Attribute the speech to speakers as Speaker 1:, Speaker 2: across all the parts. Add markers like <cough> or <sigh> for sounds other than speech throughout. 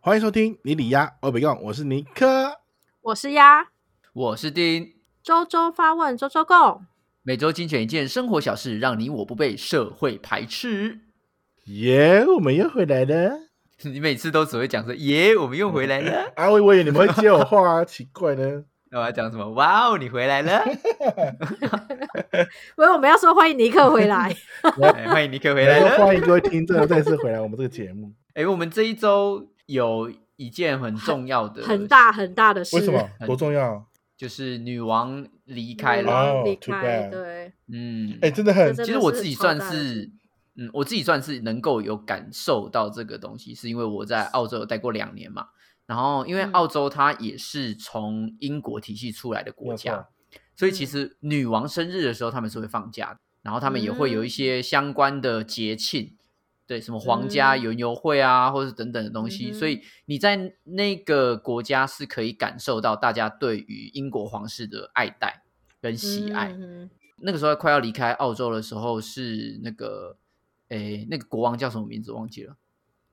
Speaker 1: 欢迎收听尼里鸭欧北用，我是尼克。
Speaker 2: 我是鸭，
Speaker 3: 我是丁，
Speaker 2: 周周发问，周周共。
Speaker 3: 每周精选一件生活小事，让你我不被社会排斥。 <laughs>
Speaker 1: 耶、我们又回来了。
Speaker 3: 你每次都只会讲说耶，我们又回来了。
Speaker 1: 啊，我以为你们会接我话啊，奇怪呢。
Speaker 3: 那我要讲什么？哇哦，你回来了！
Speaker 2: 喂，我们要说欢迎尼克回
Speaker 3: <laughs>
Speaker 2: 来，
Speaker 3: 哎欢迎尼克回来了。
Speaker 1: 欢迎各位听众再次回来我们这个节
Speaker 3: <laughs>
Speaker 1: 目。
Speaker 3: 哎，我们这一周有一件很重要的，
Speaker 2: 很，大很大的事。
Speaker 1: 为什么？多重要？
Speaker 3: 就是女王离开了。
Speaker 1: 哦
Speaker 2: 离
Speaker 1: too
Speaker 2: 开
Speaker 1: bad
Speaker 2: 对，
Speaker 3: 嗯，
Speaker 1: 哎、真的很
Speaker 2: 这真
Speaker 3: 其
Speaker 2: 的
Speaker 3: 实我
Speaker 2: 是
Speaker 3: 自己
Speaker 2: 超
Speaker 3: 算
Speaker 2: 大的
Speaker 3: 是，嗯，我自己算是能够有感受到这个东西，是因为我在澳洲有待过两年嘛。然后，因为
Speaker 2: 嗯
Speaker 3: 澳洲它也是从英国体系出来的
Speaker 1: 没
Speaker 3: 国
Speaker 1: 有
Speaker 3: 家
Speaker 1: 错，
Speaker 3: 所以
Speaker 2: 嗯
Speaker 3: 其实女王生日的时候他们是会放假的，然后他们也会
Speaker 2: 嗯
Speaker 3: 有一些相关的节庆，对，什么皇家
Speaker 2: 嗯
Speaker 3: 园游会啊，或者是等等的东西。
Speaker 2: 嗯哼
Speaker 3: 所以你在那个国家是可以感受到大家对于英国皇室的爱戴跟喜爱。
Speaker 2: 嗯
Speaker 3: 那个时候快要离开澳洲的时候，是那个，诶，那个国王叫什么名字忘记了？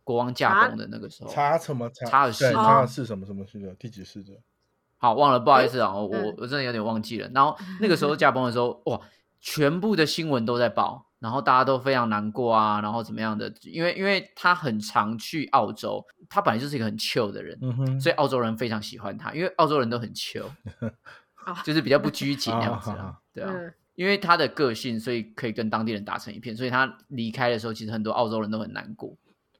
Speaker 3: 国王驾崩的那个时候，
Speaker 1: 查什么查？
Speaker 3: 查尔斯
Speaker 1: 对
Speaker 3: 吗
Speaker 1: 查尔斯什么什么是的？第几世的？
Speaker 3: 好忘了，不好意思啊，我
Speaker 2: 嗯
Speaker 3: 我我真的有点忘记了。然后那个时候驾崩的时候，哇，全部的新闻都在报，然后大家都非常难过啊，然后怎么样的？因为因为他很常去澳洲，他本来就是一个很 chill 的人，
Speaker 1: 嗯哼，
Speaker 3: 所以澳洲人非常喜欢他，因为澳洲人都很 chill，
Speaker 1: <laughs>
Speaker 2: 啊
Speaker 3: 就是比较不拘谨那样子
Speaker 1: 啊啊
Speaker 3: 啊
Speaker 1: 啊，
Speaker 3: 对啊。
Speaker 2: 嗯
Speaker 3: 因为他的个性，所以可以跟当地人打成一片。所以他离开的时候，其实很多澳洲人都很难过。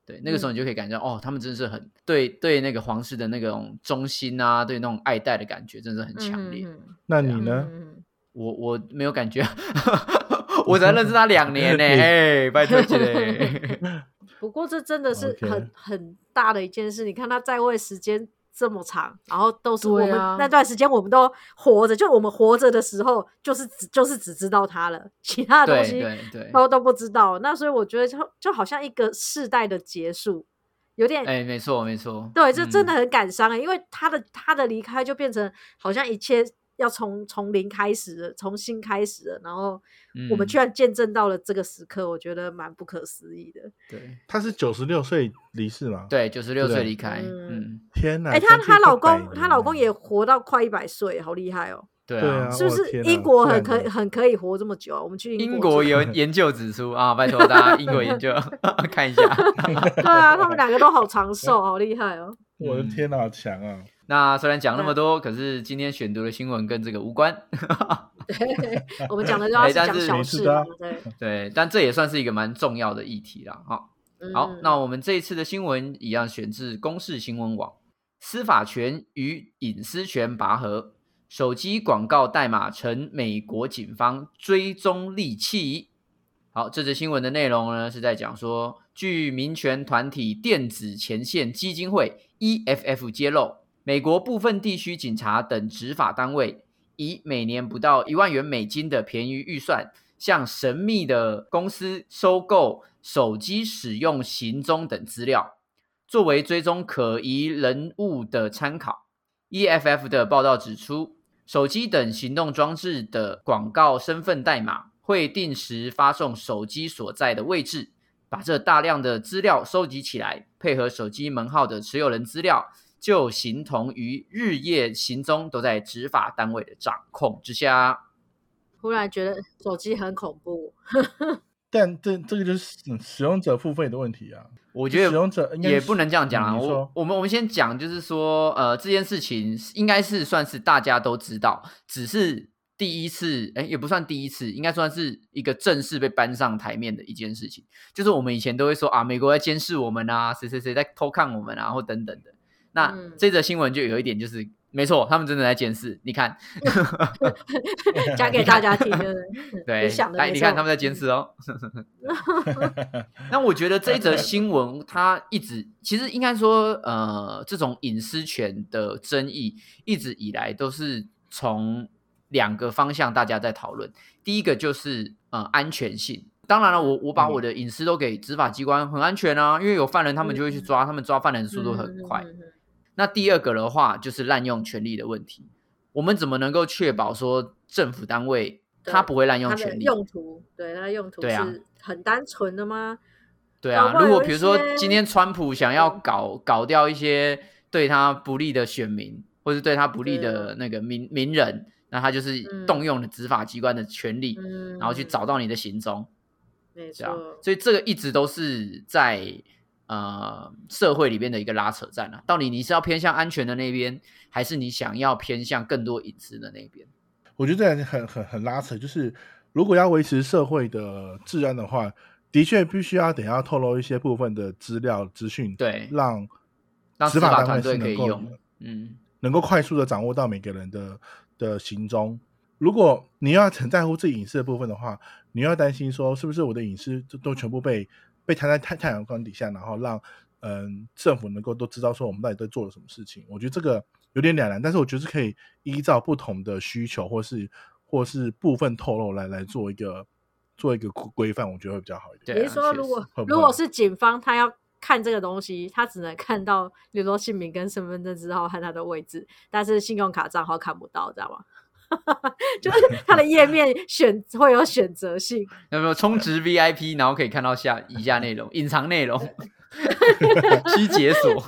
Speaker 3: 对，那个
Speaker 2: 嗯
Speaker 3: 时候你就可以感觉到，哦，他们真的是很对对那个皇室的那种忠心啊，对那种爱戴的感觉，真的是很强烈。
Speaker 2: 嗯
Speaker 1: 那
Speaker 3: 对啊
Speaker 1: 你
Speaker 2: 嗯
Speaker 1: 呢？
Speaker 2: 嗯
Speaker 3: 我我没
Speaker 2: <laughs>
Speaker 3: 有感觉，我才认识他两年呢、哎、拜托
Speaker 2: <laughs>
Speaker 3: 姐嘞，
Speaker 2: 嗯不过这真的是
Speaker 1: OK
Speaker 2: 很很大的一件事。你看他在位时间这么长，然后都是我
Speaker 3: 对
Speaker 2: 们
Speaker 3: 啊
Speaker 2: 那段时间我们都活着，就我们活着的时候，就是只就是只知道他了，其他的东
Speaker 3: 对
Speaker 2: 西
Speaker 3: 对对，
Speaker 2: 都都不知道。那所以我觉得就就好像一个世代的结束，有点
Speaker 3: 哎、没错没错，
Speaker 2: 对，这真的
Speaker 3: 嗯
Speaker 2: 很感伤、欸，因为他的他的离开就变成好像一切要从从零开始了，从新开始了，然后我们
Speaker 3: 嗯
Speaker 2: 居然见证到了这个时刻，我觉得蛮不可思议的。
Speaker 3: 对
Speaker 1: 他是九十六岁离世嘛？，
Speaker 3: 对，九十六
Speaker 1: 对
Speaker 3: 岁离开，
Speaker 2: 嗯
Speaker 3: 嗯，
Speaker 1: 天哪！
Speaker 2: 哎、她
Speaker 1: 将近
Speaker 2: 她老
Speaker 1: 啊一百
Speaker 2: 公
Speaker 1: 年啊
Speaker 2: 她老公
Speaker 1: 了
Speaker 2: 也活到快一百岁，好厉害哦！
Speaker 3: 对
Speaker 1: 对
Speaker 3: 啊
Speaker 1: 啊。
Speaker 2: 是不
Speaker 1: 我的
Speaker 2: 是
Speaker 1: 天
Speaker 2: 英
Speaker 1: 哪
Speaker 2: 国
Speaker 1: 这
Speaker 2: 很
Speaker 1: 两
Speaker 2: 可以
Speaker 1: 年
Speaker 2: 很可以活这么久啊？我们去
Speaker 3: 英
Speaker 2: 国
Speaker 3: 国
Speaker 2: 去
Speaker 3: 有研究指出啊，拜托大家英国研究 <laughs> 看一下。
Speaker 2: <laughs> 对啊，他们两个都好长寿，好厉害
Speaker 3: <laughs>
Speaker 2: 哦！
Speaker 1: 我的
Speaker 3: 嗯
Speaker 1: 天哪，好强啊！
Speaker 3: 那虽然讲那么多，可是今天选读的新闻跟这个无关，
Speaker 2: 对，我们讲的都要
Speaker 3: 哎
Speaker 2: 是
Speaker 3: 但
Speaker 2: 讲
Speaker 3: 是
Speaker 2: 小
Speaker 1: 没事
Speaker 2: 事
Speaker 1: 的
Speaker 2: 嘛
Speaker 1: 啊，
Speaker 2: 对。
Speaker 3: 对，但这也算是一个蛮重要的议题啦。好，好，
Speaker 2: 嗯
Speaker 3: 那我们这一次的新闻一样选自公视新闻网，司法权与隐私权拔河，手机广告代码成美国警方追踪利器。好，这则新闻的内容呢是在讲说，据民权团体电子前线基金会 （EFF） 揭露，美国部分地区警察等执法单位以每年不到一万元美金的便宜预算，向神秘的公司收购手机使用行踪等资料，作为追踪可疑人物的参考。EFF 的报道指出，手机等行动装置的广告身份代码会定时发送手机所在的位置，把这大量的资料收集起来，配合手机门号的持有人资料，就形同于日夜行踪都在执法单位的掌控之下。
Speaker 2: 忽然觉得手机很恐
Speaker 3: <laughs>
Speaker 2: 怖，
Speaker 1: 但这这个就是使使用者付费的问题啊。
Speaker 3: 我觉
Speaker 1: 使
Speaker 3: 得
Speaker 1: 用者应该
Speaker 3: 也
Speaker 1: 是
Speaker 3: 不能这样讲啊。
Speaker 1: 嗯你
Speaker 3: 我
Speaker 2: <laughs>
Speaker 1: 说
Speaker 3: 我们我们先讲，就是说，呃，这件事情应该是算是大家都知道，只是第一次，哎，也不算第一次，应该算是一个正式被搬上台面的一件事情。就是我们以前都会说啊，美国在监视我们啊，谁谁谁在偷看我们啊，或等等的。那、
Speaker 2: 嗯
Speaker 3: 这则新闻就有一点就是。没错，他们真的在监视。你看，
Speaker 2: 讲给大家听，对不对？
Speaker 3: <laughs> 对，
Speaker 2: 你想的
Speaker 3: 来，
Speaker 2: 没
Speaker 3: 你看
Speaker 2: 错
Speaker 3: 他们在监视哦。那我觉得这一则新闻，它一直其实应该说，呃，这种隐私权的争议一直以来都是从两个方向大家在讨论。第一个就是呃安全性，当然了，我我把
Speaker 2: 嗯
Speaker 3: 我的隐私都给执法机关，很安全啊，因为有犯人他们就会去抓，他们抓犯人的速度很快。
Speaker 2: 嗯嗯嗯嗯嗯
Speaker 3: 那第二个的话就是滥用权力的问题，我们怎么能够确保说政府单位
Speaker 2: 对
Speaker 3: 他不会滥用
Speaker 2: 它的
Speaker 3: 权力？
Speaker 2: 用途，对它的用途
Speaker 3: 对啊
Speaker 2: 是很单纯的吗？
Speaker 3: 对
Speaker 2: 搞
Speaker 3: 啊，
Speaker 2: 不好
Speaker 3: 如果
Speaker 2: 有一
Speaker 3: 比如说
Speaker 2: 些嗯
Speaker 3: 今天川普想要搞搞掉一些对他不利的选民，或是对他不利
Speaker 2: 对啊
Speaker 3: 的那个名名人，那他就是
Speaker 2: 嗯
Speaker 3: 动用了执法机关的权利，
Speaker 2: 嗯，
Speaker 3: 然后去找，到你的行踪，
Speaker 2: 没
Speaker 3: 对啊
Speaker 2: 错，，
Speaker 3: 所以这个一直都是在呃社会里边的一个拉扯战啊，到底你是要偏向安全的那边，还是你想要偏向更多隐私的那边？
Speaker 1: 我觉得这样很很很拉扯，就是如果要维持社会的治安的话，的确必须要得要透露一些部分的资料资讯，，
Speaker 3: 对，
Speaker 1: 让
Speaker 3: 让
Speaker 1: 执
Speaker 3: 司
Speaker 1: 法
Speaker 3: 法
Speaker 1: 单
Speaker 3: 团
Speaker 1: 位
Speaker 3: 队
Speaker 1: 是
Speaker 3: 可以
Speaker 1: 能够
Speaker 3: 用，嗯，
Speaker 1: 能够快速的掌握到每个人的的行踪。如果你要很在乎自己隐私的部分的话，你要担心说是不是我的隐私都都全部被被摊在太太阳光底下，然后让嗯政府能够都知道说我们到底在做了什么事情。我觉得这个有点两难，但是我觉得是可以依照不同的需求或是或是部分透露来来做一个做一个规规范，我觉得会比较好一点。
Speaker 3: 对
Speaker 2: 你
Speaker 3: 啊
Speaker 2: 是说
Speaker 3: 确
Speaker 2: 如
Speaker 3: 实
Speaker 2: 果
Speaker 1: 会不
Speaker 2: 如果
Speaker 1: 会
Speaker 2: 是警方他要看这个东西，他只能看到，比如说姓名跟身份证字号和他的位置，但是信用卡账号看不到，知道吗？ <laughs> 就是它的页面选会有选择性，
Speaker 3: 有没有充
Speaker 2: 呃
Speaker 3: 值 VIP，然后可以看到下以下内
Speaker 2: <laughs>
Speaker 3: 容，隐藏内容，需解锁，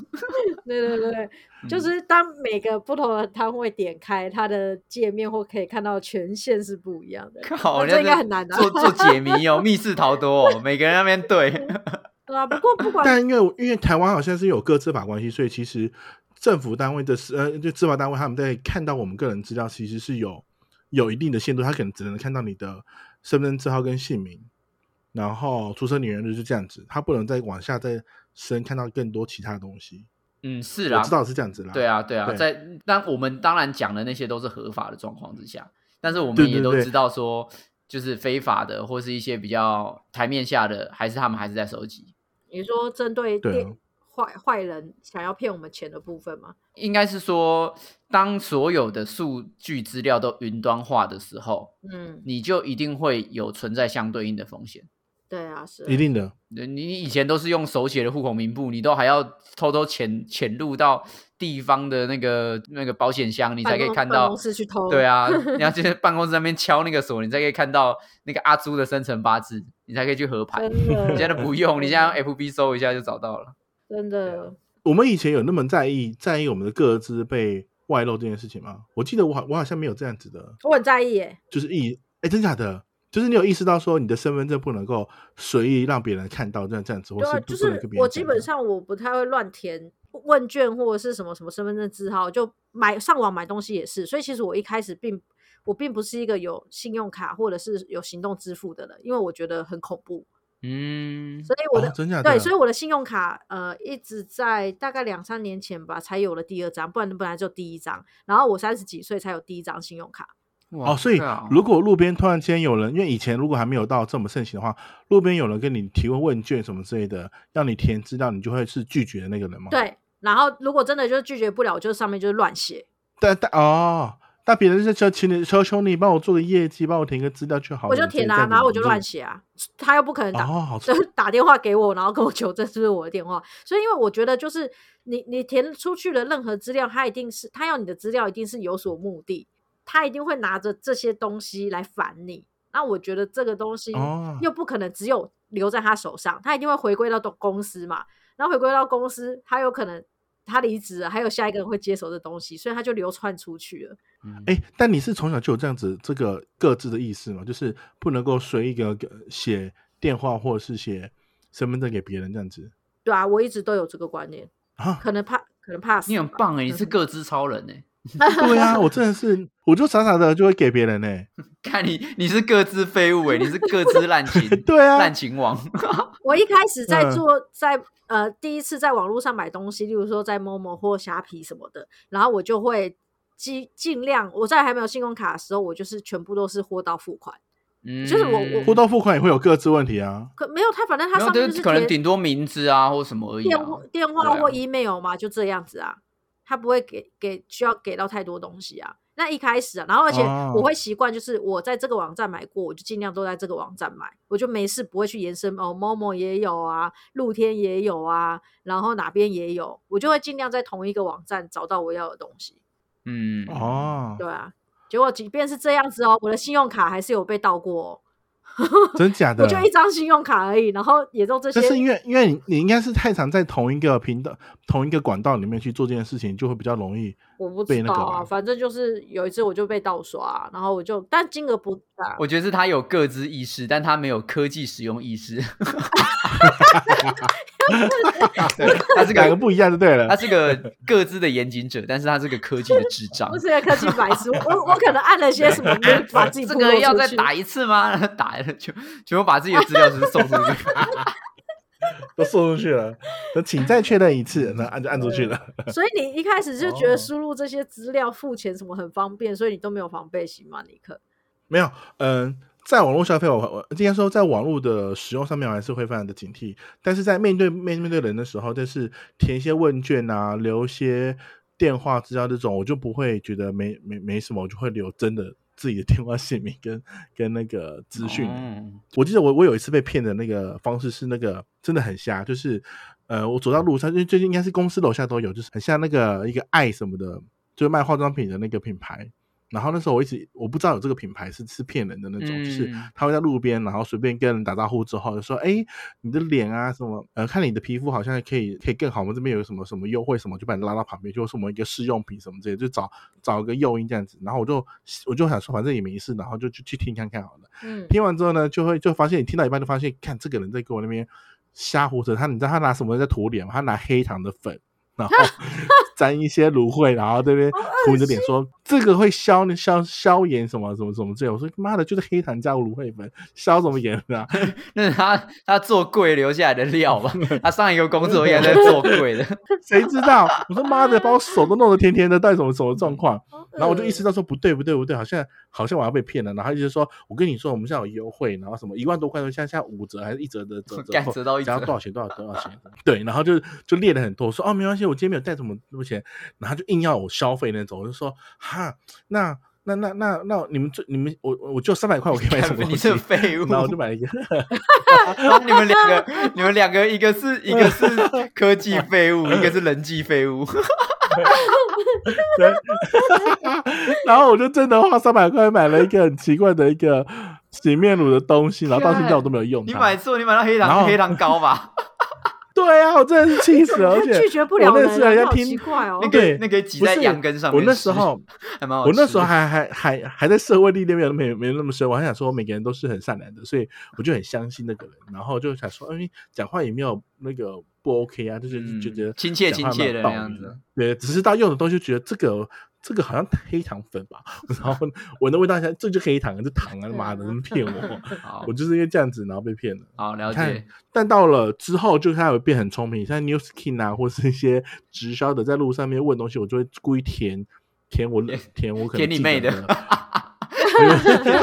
Speaker 2: 对对对，就
Speaker 3: 嗯
Speaker 2: 是当每个不同的摊位点开它的界面或可以看到权限是不一样的。那
Speaker 3: 靠，
Speaker 2: 这
Speaker 3: 人家
Speaker 2: 应该很难啊
Speaker 3: 做做解
Speaker 2: <laughs>
Speaker 3: 谜哦，密室逃脱哦，每个人那边对，
Speaker 2: 对啊，不过不管
Speaker 1: 但因为我因为台湾好像是有各自法关系，所以其实政府单位的是呃，就执法单位他们在看到我们个人资料，其实是有有一定的限度，他可能只能看到你的身份证字号跟姓名，然后出生年月日就这样子，他不能再往下再深看到更多其他的东西。
Speaker 3: 嗯，是
Speaker 1: 我
Speaker 3: 啦
Speaker 1: 知，道是这样子啦，
Speaker 3: 对啊，对啊，
Speaker 1: 对
Speaker 3: 在但我们当然讲的那些都是合法的状况之下，但是我
Speaker 1: 对对
Speaker 3: 们也都
Speaker 1: 对
Speaker 3: 知道说，就是非法的或是一些比较台面下的，还是他们还是在收集。
Speaker 2: 你说针对
Speaker 1: 对
Speaker 2: 店
Speaker 1: 啊
Speaker 2: 坏坏人想要骗我们钱的部分吗？
Speaker 3: 应该是说，当所有的数据资料都云端化的时候，
Speaker 2: 嗯，
Speaker 3: 你就一定会有存在相对应的风险。
Speaker 2: 对啊，是啊
Speaker 1: 一定的。
Speaker 3: 你你以前都是用手写的户口名簿，你都还要偷偷潜潜入到地方的那个那个保险箱，你才
Speaker 2: 办
Speaker 3: 可以
Speaker 2: 公
Speaker 3: 看
Speaker 2: 办
Speaker 3: 到
Speaker 2: 公。室去偷，
Speaker 3: 对，啊，你要去办公室那边敲那个锁，你才可以看到那个阿朱的生辰八字，你才可以去合盘。
Speaker 2: 真
Speaker 3: 你
Speaker 2: 的，
Speaker 3: 现在都不用，你现在啊用 FB 搜一下就找到了。
Speaker 2: 真的，
Speaker 1: 我们以前有那么在意在意我们的个资被外露这件事情吗？我记得我好我好像没有这样子的，
Speaker 2: 我很在意耶。
Speaker 1: 就是意哎真假的。就是你有意识到说你的身份证不能够随意让别人看到这样这样子，或
Speaker 2: 对啊，
Speaker 1: 是
Speaker 2: 就
Speaker 1: 不不能
Speaker 2: 是
Speaker 1: 跟别人
Speaker 2: 我基
Speaker 1: 讲
Speaker 2: 本
Speaker 1: 的
Speaker 2: 上我不太会乱填问卷或者是什么什么身份证字号，就买上网买东西也是。所以其实我一开始并我并不是一个有信用卡或者是有行动支付的人，因为我觉得很恐怖，
Speaker 3: 嗯，
Speaker 2: 所以我的、
Speaker 1: 哦、真假的
Speaker 2: 对，所以我的信用卡呃一直在大概两三年前吧才有了第二张，不然本来就第一张。然后我三十几岁才有第一张信用卡，
Speaker 3: 哇啊
Speaker 1: 哦，所以
Speaker 3: 靠
Speaker 1: 如果路边突然间有人，因为以前如果还没有到这么盛行的话，路边有人跟你提问问卷什么之类的，让你填资料，你就会是拒绝的那个人吗？，
Speaker 2: 对。然后如果真的就是拒绝不了，我就上面就是乱写，
Speaker 1: 但但哦，但别人是求请你求求你帮我做个业绩，帮我填个资料就好了，
Speaker 2: 我就
Speaker 1: 你
Speaker 2: 填
Speaker 1: 这
Speaker 2: 啊，
Speaker 1: 样子
Speaker 2: 然后我
Speaker 1: 你
Speaker 2: 就乱写啊，他又不可能打
Speaker 1: 哦，
Speaker 3: <laughs>
Speaker 1: 好
Speaker 2: 就打电话给我，然后跟我求证是不是我的电话。所以，因为我觉得就是你你填出去的任何资料，他一定是他要你的资料，一定是有所目的，他一定会拿着这些东西来烦你。那我觉得这个东西
Speaker 1: 哦
Speaker 2: 又不可能只有留在他手上，他一定会回归到公公司嘛。然后回归到公司，他有可能他离职了，还有下一个人会接手这东西，所以他就流窜出去了。
Speaker 3: 嗯
Speaker 1: 哎，但你是从小就有这样子这个各自的意思嘛，就是不能够随意个写电话或者是写身份证给别人这样子
Speaker 2: 对啊，我一直都有这个观念，
Speaker 1: 啊？
Speaker 2: 可能怕可能怕死吧。嗯
Speaker 3: 你很棒哎，你是各资超人哎，
Speaker 1: 对啊，我真的是，我就傻傻的就会给别人呢、，
Speaker 3: 看你你是各资废物哎，你是各资滥情
Speaker 1: <laughs> 对啊，
Speaker 3: 滥情王。
Speaker 2: 我一开始在
Speaker 1: 嗯
Speaker 2: 做，在呃第一次在网络上买东西，例如说在 Momo 或虾皮什么的，然后我就会尽尽量，我在还没有信用卡的时候，我就是全部都是货到付款，
Speaker 3: 嗯
Speaker 2: 就是我我
Speaker 1: 货到付款也会有各自问题啊。
Speaker 2: 可没有它，反正它
Speaker 3: 没有
Speaker 2: 上面
Speaker 3: 就
Speaker 2: 就是
Speaker 3: 是可能
Speaker 2: 填
Speaker 3: 顶多名字啊或什么而已啊
Speaker 2: 电。话电话
Speaker 3: 对啊
Speaker 2: 或 email 嘛，就这样子啊，它不会给给需要给到太多东西啊。那一开始啊，然后而且
Speaker 1: 哦
Speaker 2: 我会习惯，就是我在这个网站买过，我就尽量都在这个网站买，我就没事不会去延伸哦，Momo 也有啊，露天也有啊，然后哪边也有，我就会尽量在同一个网站找到我要的东西，
Speaker 3: 嗯，
Speaker 1: 哦，
Speaker 2: 对啊。结果即便是这样子哦，我的信用卡还是有被盗过、哦， <laughs>
Speaker 1: 真假的
Speaker 2: 我？就一张信用卡而已，然后也都这
Speaker 1: 这
Speaker 2: 些。
Speaker 1: 是因为因为你你应该是太常在同一个频道、同一个管道里面去做这件事情，就会比较容易。
Speaker 2: 我不
Speaker 1: 被
Speaker 2: 知
Speaker 1: 那
Speaker 2: 道
Speaker 1: 个
Speaker 2: 啊，
Speaker 1: 吧
Speaker 2: 反正就是有一次我就被盗刷，然后我就但金额不大，
Speaker 3: <laughs> 我觉得是他有各自意识，但他没有科技使用意识。 <laughs> 对，他是
Speaker 1: 两个
Speaker 3: 个
Speaker 1: 不一样就对
Speaker 3: 他
Speaker 1: 了。
Speaker 3: 是个各自的严谨者，但是他是个科技的智障
Speaker 2: 不。是一个科技白痴，我我我可能按了些什
Speaker 1: <laughs>
Speaker 2: 么，把自己
Speaker 3: 这
Speaker 2: 暴露
Speaker 3: 个要
Speaker 2: 出
Speaker 3: 再
Speaker 2: 去
Speaker 3: 打一次吗？ <laughs> 打就全部把自己的资料是送出去。
Speaker 1: 都送出去了，那请再确认一次，那按就按出去了。
Speaker 2: 所以你一开始就觉得
Speaker 1: 哦
Speaker 2: 输入这些资料、付钱什么很方便，所以你都没有防备心嘛？尼克，
Speaker 1: 没有，嗯、在网络消费，我我应该说，在网络的使用上面，我还是会非常的警惕。但是在面对面面对人的时候，就是填一些问卷啊，留一些电话资料这种，我就不会觉得没没没什么，我就会留真的自己的电话姓名跟跟那个 <laughs> 资讯。
Speaker 3: 嗯
Speaker 1: 我记得我我有一次被骗的那个方式是那个真的很瞎，就是呃，我走到路上，因为最近应该是公司楼下都有，就是很像那个一个爱什么的，就是卖化妆品的那个品牌。然后那时候我一直我不知道有这个品牌是是骗人的那种，就是
Speaker 3: 嗯
Speaker 1: 他会在路边，然后随便跟人打招呼之后就说：“哎，你的脸啊什么，呃，看你的皮肤好像可以可以更好，我们这边有什么什么优惠什么，就把你拉到旁边，就是我们一个试用品什么之类的，就找找一个诱因这样子。”然后我就我就想说，反正也没事，然后就就去听看看好了。
Speaker 2: 嗯，
Speaker 1: 听完之后呢，就会就发现你听到一半就发现，看这个人在给我那边瞎胡扯。他你知道他拿什么在涂脸吗？他拿黑糖的粉，然后沾一些芦荟，然后这边涂你的脸说这个会消消消炎什么什么什么之类的。我说妈的，就是黑糖加芦荟粉，消什么炎啊？
Speaker 3: 那是他他做柜留下来的
Speaker 1: <laughs>
Speaker 3: 料吧？他上一个工作应该在做柜的。
Speaker 1: 谁知道？我说妈的，把我手都弄得甜甜的，到底什么什么状况？然后我就
Speaker 3: 嗯
Speaker 1: 意识
Speaker 2: 到，
Speaker 1: 到说不对不对不对，好像好像我要被骗了。然后他就说，我跟你说，我们现在有优惠，然后什么一万多块，现在现在五折还是一折
Speaker 3: <laughs>
Speaker 1: 的折折
Speaker 3: 干
Speaker 1: 扣，
Speaker 3: 折到一
Speaker 1: 加
Speaker 3: 折
Speaker 1: 多少钱多少多少钱？对，然后就就列了很多，我说哦没关系，我今天没有带什么多钱，然后他就硬要我消费那种，我就说哈那。那那那那你们最你们我我我就三百块我可以买什么
Speaker 3: <laughs> 你
Speaker 1: 东西
Speaker 3: 这？废物！
Speaker 1: 然后我就买了一个，
Speaker 3: 然后你们两个，你们两个，一个是一个是科技废物，一个是人际
Speaker 1: <laughs>
Speaker 3: 废物。
Speaker 1: 对，然后我就真的花三百块买了一个很奇怪的一个洗面乳的东西，然后到现在我都没有用它。
Speaker 3: 你买错，你买到黑
Speaker 1: 然
Speaker 3: 糖
Speaker 1: 后
Speaker 3: 黑糖
Speaker 1: <laughs>
Speaker 3: 膏吧？
Speaker 1: 对啊，我真的是气死 <laughs> 了，而
Speaker 2: 他
Speaker 1: 且
Speaker 2: 拒绝不了
Speaker 1: 我那次
Speaker 2: 人，
Speaker 1: 人
Speaker 2: 好
Speaker 1: 家
Speaker 2: 奇
Speaker 1: 听，
Speaker 2: 怪哦
Speaker 3: 那。
Speaker 1: 对
Speaker 3: 个那个挤在
Speaker 1: 不是
Speaker 3: 羊羹上面
Speaker 1: 我
Speaker 3: 吃。
Speaker 1: 那时候
Speaker 3: 还蛮好吃
Speaker 1: 我
Speaker 3: 的。
Speaker 1: 那时候哦还还还还在社会历练没有没没那么深，我还想说每个人都是很善良的，所以我就很相信那个人，然后就想说，哎，讲话也没有那个不 OK 啊，就是
Speaker 3: 嗯
Speaker 1: 就觉得
Speaker 3: 亲切
Speaker 1: 讲话
Speaker 3: 亲切的
Speaker 1: 蛮有
Speaker 3: 那
Speaker 1: 道
Speaker 3: 样
Speaker 1: 理的
Speaker 3: 子。
Speaker 1: 对，只是到用的东西觉得这个这个好像黑糖粉吧，然后闻的味道像这就黑糖，这糖啊妈 <laughs> 的，他们骗我，
Speaker 3: 好
Speaker 1: 我就是因为这样子然后被骗了。
Speaker 3: 好了
Speaker 1: 看
Speaker 3: 解，
Speaker 1: 但到了之后，就开始变很聪明，像 New Skin 啊，或是一些直销的，在路上面问东西，我就会故意填填我填我可能
Speaker 3: 舔你妹
Speaker 1: 记得
Speaker 3: 的，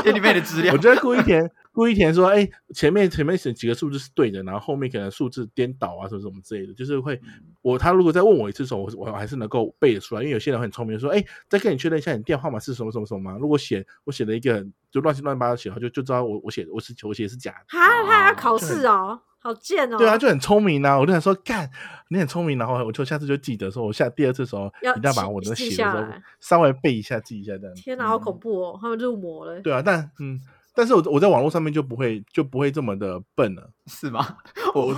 Speaker 3: 给你妹的资料
Speaker 1: 我。就会故意填故意填说，哎、前面前面选几个数字是对的，然后后面可能数字颠倒啊，什么什么之类的，就是会
Speaker 3: 嗯
Speaker 1: 我他如果再问我一次的时候，我我还是能够背得出来，因为有些人很聪明，说，哎、再跟你确认一下你电话号码是什么什么什么吗？如果写我写了一个就乱七八糟写，就就知道我我写我是我写的是假的。
Speaker 2: 哈，他还要考
Speaker 1: 就很
Speaker 2: 试哦，好贱哦。
Speaker 1: 对啊，就很聪明呐、我就想说，干，你很聪明，然后我就下次就记得说，我下第二次的时候
Speaker 2: 要
Speaker 1: 一定要把
Speaker 2: 记
Speaker 1: 我的
Speaker 2: 记
Speaker 1: 写的时
Speaker 2: 下
Speaker 1: 候
Speaker 2: 来
Speaker 1: 稍微背一下、记一下这样。
Speaker 2: 天哪，好恐怖哦，他们入魔了。
Speaker 1: 对啊，但嗯，但是我我在网络上面就不会就不会这么的笨了。
Speaker 3: 是吗？
Speaker 1: <laughs>
Speaker 3: 我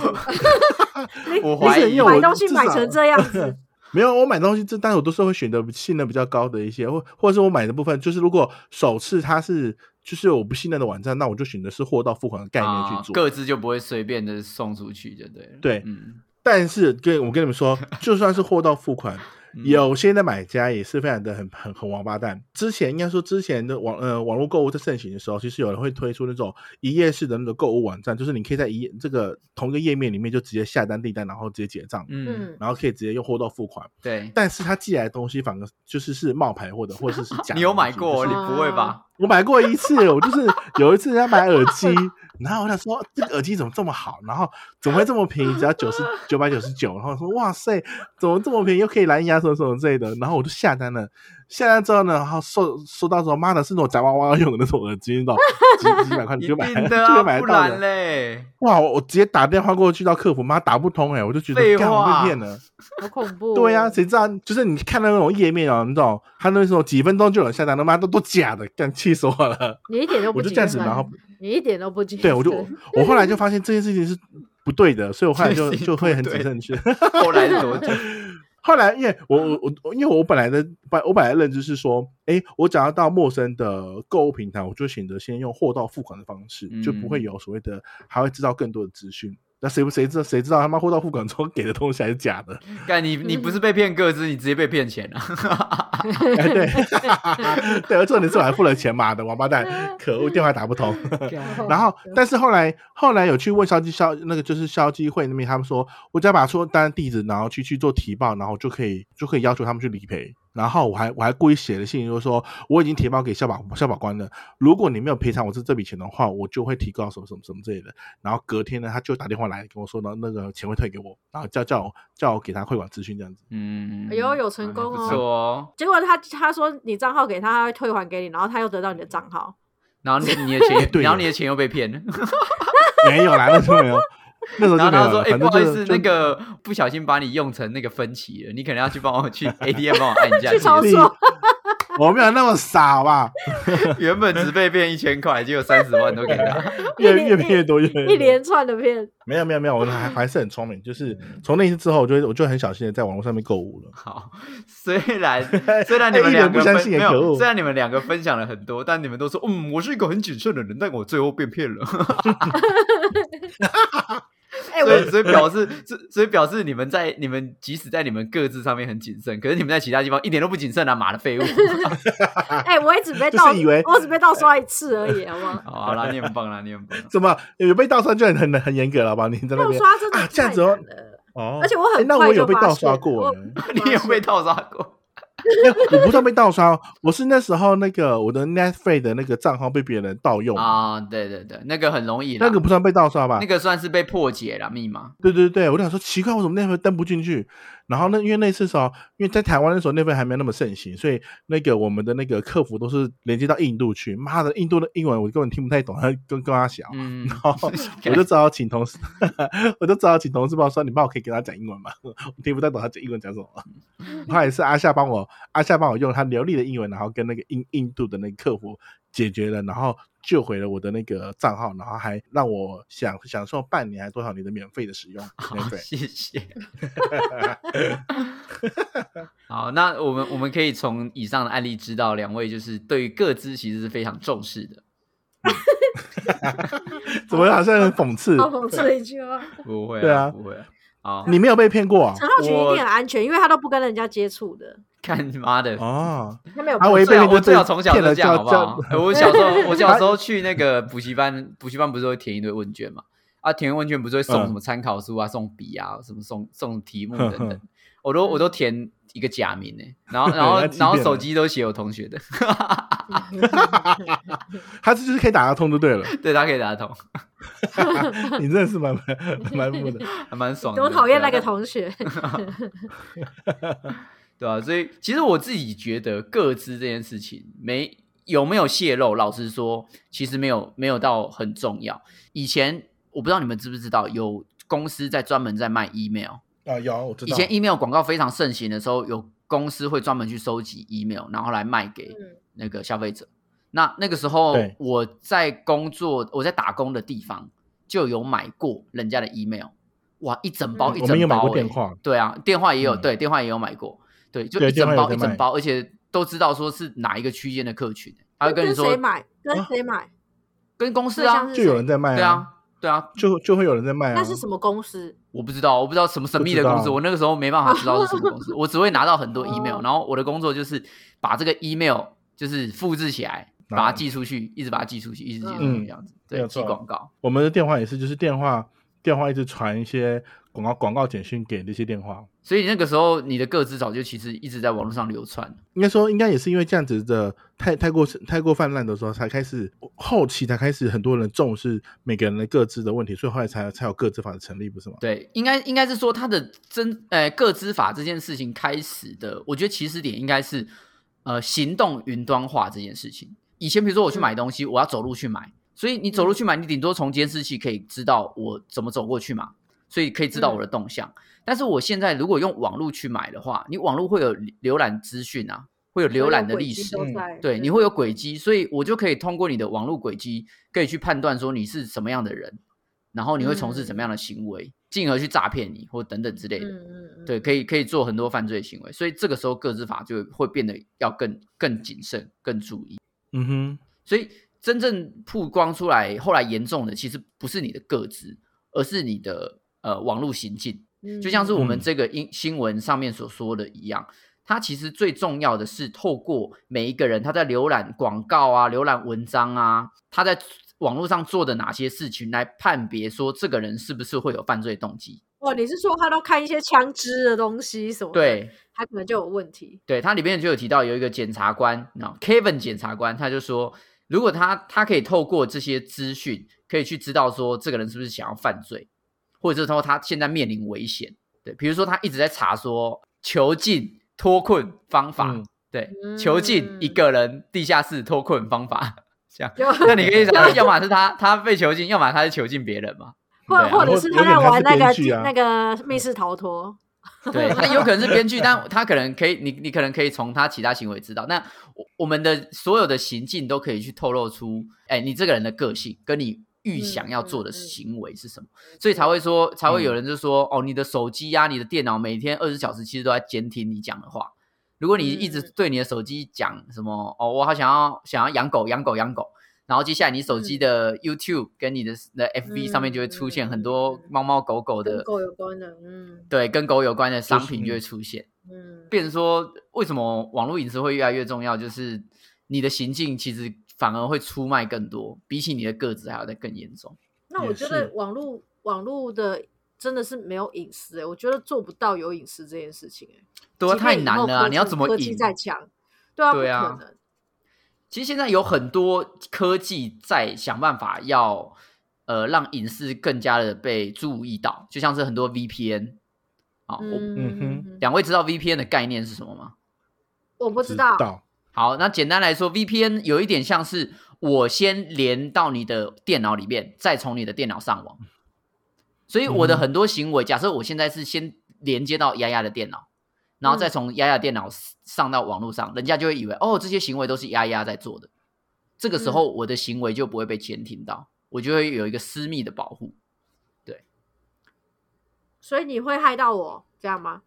Speaker 2: 你
Speaker 3: 我
Speaker 1: 不
Speaker 3: 怀
Speaker 1: 是
Speaker 3: 疑
Speaker 1: 因为我
Speaker 2: 买东西
Speaker 1: 至
Speaker 2: 买
Speaker 1: 少
Speaker 2: 成这样
Speaker 1: <laughs>
Speaker 2: 子，
Speaker 1: 没有，我买东西这，但是我都是会选择信任比较高的一些，或或者是我买的部分，就是如果首次它是就是我不信任的网站，那我就选择是货到付款的概念去
Speaker 3: 啊
Speaker 1: 做。
Speaker 3: 各自就不会随便的送出去，就对了。
Speaker 1: 对
Speaker 3: 嗯，
Speaker 1: 但是跟我跟你们
Speaker 3: <laughs>
Speaker 1: 说，就算是货到付款，
Speaker 3: 嗯
Speaker 1: 有些的买家也是非常的很很很王八蛋。之前应该说之前的网呃网络购物在盛行的时候，其实有人会推出那种一页式的那种购物网站，就是你可以在一页这个同一个页面里面就直接下单订单，然后直接结账，
Speaker 3: 嗯，
Speaker 2: 嗯，
Speaker 1: 然后可以直接用货到付款。
Speaker 3: 对。
Speaker 1: 但是他寄来的东西反而就是是冒牌货的，或者是假的东西。
Speaker 3: <laughs> 你有买
Speaker 1: 就
Speaker 3: 过？哦
Speaker 1: 是
Speaker 3: 你不会吧？
Speaker 1: 我买过一次，我就是有一次要买耳机，然后我想说这个耳机怎么这么好，然后怎么会这么便宜，只要九十九百九十九，然后我说哇塞，怎么这么便宜，又可以蓝牙什么什么之类的，然后我就下单了。下单之后呢，然后收收到之后，妈的是那种夹娃娃要用的那种耳机，那种几几百块你
Speaker 3: 一
Speaker 1: 就买，
Speaker 3: 定
Speaker 1: 就
Speaker 3: 的
Speaker 1: 会
Speaker 3: 啊，
Speaker 1: 买
Speaker 3: 不
Speaker 1: 得到
Speaker 3: 然
Speaker 1: 的。
Speaker 3: 嘞，
Speaker 1: 哇，我我直接打电话过去到客服，妈打不通哎、我就觉得
Speaker 3: 废
Speaker 1: 干我
Speaker 3: 话
Speaker 1: 被骗了。
Speaker 2: 好恐怖。
Speaker 1: 对
Speaker 3: 哦
Speaker 1: 呀、谁知道？就是你看到那种页面哦，你懂？他那时候几分钟就有下单，他妈都都假的，干气死我了！
Speaker 2: 你一点都不
Speaker 1: 我就
Speaker 2: 谨
Speaker 1: 这样子，
Speaker 2: 慎
Speaker 1: 然后
Speaker 2: 你一点都不谨慎。
Speaker 1: 对我就我后来就发现这件事情是不对的，所以我后来就
Speaker 3: 这件事情
Speaker 1: 就会很
Speaker 3: 不对
Speaker 1: 谨慎去。 <laughs>
Speaker 3: 后来是怎么
Speaker 2: <laughs>
Speaker 3: 讲？
Speaker 1: 后来，因为我我我，因为我本来的本我本来的认知是说，诶，我只要到陌生的购物平台，我就选择先用货到付款的方式，就不
Speaker 2: 嗯
Speaker 1: 会有所谓的还会知道更多的资讯。那谁不谁知道谁知道他妈货到付款之后给的东西还是假的？ <laughs>
Speaker 3: 干你你不是被骗个资，你直接被骗钱啊！
Speaker 1: 哎，对， <laughs> 对，而重点是我还付了钱，妈的王八
Speaker 2: <laughs>
Speaker 1: 蛋，可恶，电话打不通。
Speaker 2: 啊哦
Speaker 1: 然后，但是后来后来有去问消基消那个就是消基会那边，他们说我只要把出单地址，然后去去做提报，然后就可以就可以要求他们去理赔。然后我还我还故意写了信，就是说我已经提报给消保消保官了，如果你没有赔偿我这这笔钱的话，我就会提高什么什么什么之类的。然后隔天呢，他就打电话来跟我说呢，那个钱会退给我，然后叫叫我叫我给他汇款资讯这样子。
Speaker 3: 嗯，
Speaker 2: 哎呦有成功哦
Speaker 3: 不错哦。
Speaker 2: 结果他他说你账号给他，他会退还给你，然后他又得到你的账号。
Speaker 3: 然后你你的钱，
Speaker 1: 哎对
Speaker 3: 然后你的钱又被骗了。
Speaker 1: <laughs> 没有啦，那时候没有，那时候
Speaker 3: 然后
Speaker 1: 就没
Speaker 3: 他
Speaker 1: 有
Speaker 3: 说：“
Speaker 1: 了。
Speaker 3: 哎、
Speaker 1: 啊反
Speaker 3: 不
Speaker 1: 正
Speaker 3: 好意
Speaker 1: 就是
Speaker 3: 思，那个不小心把你用成那个分歧了，你可能要去帮我
Speaker 1: <laughs>
Speaker 3: 去 ATM 帮我按一下。
Speaker 2: 去超
Speaker 3: 你
Speaker 1: 你
Speaker 2: 市说，
Speaker 1: 我没有那么傻好
Speaker 3: <laughs>
Speaker 1: 吧？
Speaker 3: 原本只被骗一千块，结果三十万都给他。
Speaker 1: 越
Speaker 2: 一连
Speaker 1: 越骗越多，越骗越
Speaker 2: <laughs>
Speaker 1: 多
Speaker 2: 一连串的骗，
Speaker 1: 没有没有没有，我
Speaker 2: 嗯
Speaker 1: 还还是很聪明，就是从那一次之后，我就会我就很小心的在网络上面购物了。
Speaker 3: 好，虽
Speaker 1: <laughs>
Speaker 3: 然虽然你
Speaker 1: 哎
Speaker 3: 们
Speaker 1: 一点
Speaker 3: 两
Speaker 1: 不
Speaker 3: 个分、
Speaker 1: 相信也
Speaker 3: 没
Speaker 1: 可
Speaker 3: 有，
Speaker 1: 恶
Speaker 3: 虽然你们两个分享了很多，但你们都说嗯，我是一个很谨慎的人，但我最后被骗了。
Speaker 2: <laughs> 哎、
Speaker 3: 所以
Speaker 2: 我
Speaker 3: 所以表示，所以所以表示你们在你们即使在你们各自上面很谨慎，可是你们在其他地方一点都不谨慎啊，妈的废物！
Speaker 2: 哎、我也只被
Speaker 1: 啊 <laughs> 就是
Speaker 2: 盗，
Speaker 1: 以为
Speaker 2: 我只被盗刷一次而已，好不好？
Speaker 3: 哦好啦，你很棒啦，你很棒。
Speaker 1: 怎么有被盗刷就很很很严格了吧？你在 <laughs> 那
Speaker 2: 盗
Speaker 1: 边
Speaker 2: 刷真的
Speaker 1: 啊
Speaker 2: 太
Speaker 1: 这样子哦
Speaker 2: 难了
Speaker 1: 哦，
Speaker 2: 而且我
Speaker 1: 哎
Speaker 2: 很
Speaker 1: 那
Speaker 2: 快
Speaker 1: 我
Speaker 2: 就
Speaker 1: 有被
Speaker 2: 发
Speaker 1: 盗
Speaker 2: 现
Speaker 1: 刷
Speaker 2: 了
Speaker 1: 过
Speaker 2: 我
Speaker 1: 哎，
Speaker 3: <laughs>
Speaker 1: <laughs>
Speaker 3: 你有被盗刷过？
Speaker 1: 我不算被盗刷，哦我是那时候那个我的 Netflix 的那个账号被别人盗用，
Speaker 3: 啊，对对对，那个很容易啦，
Speaker 1: 那个不啊算被盗刷吧
Speaker 3: 那？个算是被破解了密码。
Speaker 1: 对对对，我就想说奇怪，我怎么那份登不进去？然后呢，因为那次时候，因为在台湾那时候那份还没有那么盛行，所以那个我们的那个客服都是连接到印度去。妈的，印度的英文我根本听不太懂，他跟跟他小， <laughs>
Speaker 3: 嗯， <laughs>
Speaker 1: 然后哦我就只好请同事， <laughs> 我就只好请同事帮我说，你帮我可以跟他讲英文吗？ <laughs> 我听不太懂他讲英文讲什么。
Speaker 3: 嗯
Speaker 1: 后来是阿夏帮我，阿夏帮我用他流利的英文，然后跟那个印印度的那个客服解决了，然后救回了我的那个账号，然后还让我享享受半年还多少年的免费的使
Speaker 3: <laughs>
Speaker 1: 用。
Speaker 3: 好，
Speaker 1: 对，
Speaker 3: 谢谢。 <laughs> 好，那我们我们可以从以上的案例知道，两位就是对于各自其实是非常重视的。
Speaker 1: 怎么好像很讽刺？
Speaker 2: 好
Speaker 3: 哦
Speaker 2: 讽刺的一句话。
Speaker 3: 不会、
Speaker 1: 对啊
Speaker 3: 不会、啊。好，
Speaker 1: 你没有被骗过啊？
Speaker 2: 陈浩群一
Speaker 3: 我
Speaker 2: 定很安全，因为他都不跟人家接触的，
Speaker 3: 看你妈的！
Speaker 1: 哦，
Speaker 2: 他没有
Speaker 1: 啊
Speaker 2: 碰
Speaker 1: 我也
Speaker 3: 最
Speaker 1: 被
Speaker 3: 好
Speaker 1: 骗过
Speaker 3: 我最好从小
Speaker 1: 骗
Speaker 3: 就
Speaker 1: 了
Speaker 3: 这样，好不好？
Speaker 1: 叫
Speaker 3: 哎我小时候，我小时
Speaker 1: <laughs>
Speaker 3: 候去那个补习班，补习班不是会填一堆问卷嘛？啊，填问卷不是会送
Speaker 1: 嗯
Speaker 3: 什么参考书啊、送笔啊、什么送送题目
Speaker 1: 哼
Speaker 3: 等
Speaker 1: 哼
Speaker 3: 等，
Speaker 2: 嗯
Speaker 3: 我都我都填一个假名呢、然后然
Speaker 1: <laughs>
Speaker 3: 后
Speaker 1: 那欺
Speaker 3: 然后
Speaker 1: 骗
Speaker 3: 手
Speaker 1: 了
Speaker 3: 机都写我同学的，
Speaker 1: 他这就是可以打得通就对
Speaker 3: <laughs>
Speaker 1: 了。
Speaker 3: 对他可以打得通，
Speaker 1: 你真的是蛮蛮蛮酷
Speaker 3: <laughs>
Speaker 1: 的。
Speaker 3: 还蛮爽的。
Speaker 2: 多讨厌
Speaker 3: 对
Speaker 2: 那
Speaker 3: 啊
Speaker 2: 个同学。
Speaker 3: 对啊，所以其实我自己觉得各自这件事情没有没有泄露，老实说，其实没有没有到很重要。以前我不知道你们知不知道，有公司在专门在卖 email，
Speaker 1: 啊，有我知
Speaker 3: 以
Speaker 1: 道。
Speaker 3: 前 email 广告非常盛行的时候，有公司会专门去收集 email，然后来卖给
Speaker 2: 嗯 <laughs>
Speaker 3: 那个消费者。那那个时候
Speaker 1: 对
Speaker 3: 我在工作，我在打工的地方就有买过人家的 email，哇，一整包、
Speaker 2: 嗯
Speaker 3: 一
Speaker 1: 我
Speaker 3: 整包、
Speaker 1: 们
Speaker 3: 欸。
Speaker 1: 也买过电话
Speaker 3: 对啊，电话也有，
Speaker 1: 嗯
Speaker 3: 对，电话也有买过，对，就
Speaker 1: 对
Speaker 3: 一整
Speaker 1: 电
Speaker 3: 包
Speaker 1: 话
Speaker 3: 一
Speaker 1: 有在卖
Speaker 3: 整包，而且都知道说是哪一个区间的客群，欸他会跟你
Speaker 2: 跟
Speaker 3: 说
Speaker 2: 谁买？跟
Speaker 1: 啊
Speaker 2: 谁买？
Speaker 3: 跟公司
Speaker 2: 对
Speaker 3: 啊
Speaker 2: 象，是
Speaker 1: 就有人在卖
Speaker 3: 对
Speaker 1: 啊，
Speaker 3: 啊，对啊，
Speaker 1: 就就会有人在卖啊。
Speaker 2: 那是什么公司？
Speaker 3: 我不知道，我不知道什么神秘的公
Speaker 1: 不
Speaker 3: 司，
Speaker 1: 知道
Speaker 3: 我那个时候没办法知道是什么公司，我只会拿到
Speaker 1: <laughs>
Speaker 3: 很多
Speaker 2: 哦
Speaker 3: email，、然后我的工作就是把这个 email 就是复制起来，
Speaker 1: 啊
Speaker 3: 把它寄出去，一直把它寄出去，一直寄出去
Speaker 1: 嗯
Speaker 3: 这样子，
Speaker 1: 没
Speaker 3: 对，
Speaker 1: 有
Speaker 3: 寄
Speaker 1: 错
Speaker 3: 广告，
Speaker 1: 我们的电话也是，就是电话电话一直传一些广告广告简讯给那些电话。
Speaker 3: 所以那个时候你的个资早就其实一直在网络上流窜，
Speaker 1: 应该说，应该也是因为这样子的太太过太过泛滥的时候，才开始后期才开始很多人重视每个人的各自的问题，所以后来才才有各自法的成立，不是吗？
Speaker 3: 对，应该应该是说它的真呃个资法这件事情开始的，我觉得起始点应该是呃行动云端化这件事情。以前比如说我去买东西，我要走路去买，所以你走路去买，你顶多从监视器可以知道我怎么走过去嘛，所以可以知道我的动向。但是我现在如果用网络去买的话，你网络会有浏览资讯啊，会有浏览的历史，
Speaker 1: 都嗯
Speaker 3: 对，你会有轨迹，所以我就可以通过你的网络轨迹，可以去判断说你是什么样的人，然后你会从事什么样的行为，进而去诈骗你或等等之类的。
Speaker 2: 嗯嗯，
Speaker 3: 对，可以可以做很多犯罪行为，所以这个时候个资法就会变得要更更谨慎、更注意。
Speaker 1: 嗯哼，
Speaker 3: 所以真正曝光出来，后来严重的其实不是你的个资，而是你的呃网络行径。
Speaker 2: 嗯，
Speaker 3: 就像是我
Speaker 1: 嗯
Speaker 3: 们这个英新闻上面所说的一样，它其实最重要的是透过每一个人他在浏览广告啊、浏览文章啊，他在网络上做的哪些事情来判别说这个人是不是会有犯罪动机。
Speaker 2: 哦，你是说他都看一些枪支的东西什么？，
Speaker 3: 对，
Speaker 2: 他可能就有问题。
Speaker 3: 对，它里面就有提到有一个检察官，那 Kevin 检察官，他就说，如果他他可以透过这些资讯，可以去知道说这个人是不是想要犯罪，或者是说他现在面临危险。对，比如说他一直在查说囚禁脱困方法，
Speaker 1: 嗯
Speaker 3: 对，囚禁一
Speaker 2: 嗯
Speaker 3: 个人地下室脱困方法， <laughs> 这样。
Speaker 2: 就
Speaker 3: 那你可以想，要么是他他被囚禁，要么他是囚禁别人嘛，
Speaker 2: <laughs> 或
Speaker 3: 对啊
Speaker 2: 或
Speaker 1: 或
Speaker 2: 者是
Speaker 1: 有
Speaker 2: 他
Speaker 1: 点
Speaker 2: 在
Speaker 1: 他
Speaker 2: 玩
Speaker 1: 是
Speaker 2: 那个
Speaker 1: 编剧啊
Speaker 2: 那个
Speaker 3: 嗯
Speaker 2: 密室逃脱， <laughs>
Speaker 3: 对，他有可能是编剧，但他可能可以，你你可能可以从他其他行为知道。那我我们的所有的行径都可以去透露出，哎，你这个人的个性跟你
Speaker 2: 嗯
Speaker 3: 预想要做的行为是什么，所以才会说，才会有人就说，哦，你的手机呀、你的电脑每天二十小时其实都在监听你讲的话。如果你一直
Speaker 2: 嗯
Speaker 3: 对你的手机讲什么，哦，我好想要想要养狗，养狗，养狗。然后接下来，你手
Speaker 2: 嗯
Speaker 3: 机的 YouTube 跟你的的 FB 上面就会出现很多猫猫狗狗的
Speaker 2: 嗯跟狗有关的，嗯
Speaker 3: 对，跟狗有关的商品
Speaker 1: 嗯
Speaker 3: 就会出现。
Speaker 2: 嗯，
Speaker 3: 变成说，为什么网络隐私会越来越重要？就是你的行径其实反而会出卖更多，比起你的个子还要再更严重。
Speaker 2: 那
Speaker 1: 也
Speaker 2: 我觉得
Speaker 1: 是
Speaker 2: 网络网络的真的是没有隐私、欸，我觉得做不到有隐私这件事情、欸，
Speaker 3: 对啊，
Speaker 2: 即
Speaker 3: 太
Speaker 2: 便以
Speaker 3: 难
Speaker 2: 后
Speaker 3: 了啊！
Speaker 2: 科
Speaker 3: 你要
Speaker 2: 技
Speaker 3: 怎么
Speaker 2: 科技
Speaker 3: 赢？
Speaker 2: 再强，对啊，
Speaker 3: 对啊
Speaker 2: 不可能，
Speaker 3: 其实现在有很多科技在想办法要呃让隐私更加的被注意到，就像是很多 VPN 啊、我
Speaker 1: 嗯哼
Speaker 2: 哼，
Speaker 3: 两位知道 VPN 的概念是什么吗？
Speaker 2: 我不知
Speaker 1: 知
Speaker 2: 道，
Speaker 1: 道，
Speaker 3: 好，那简单来说，VPN 有一点像是我先连到你的电脑里面，再从你的电脑上网。所以我的
Speaker 1: 嗯哼
Speaker 3: 很多行为，假设我现在是先连接到丫丫的电脑，然后再
Speaker 1: 嗯
Speaker 3: 从丫丫电脑上到网络上，人家就会以为哦，这些行为都是丫丫在做的。这个时候，
Speaker 1: 嗯
Speaker 3: 我的行为就不会被监听到，我就会有一个私密的保护。
Speaker 2: 所以你会害到我这样吗？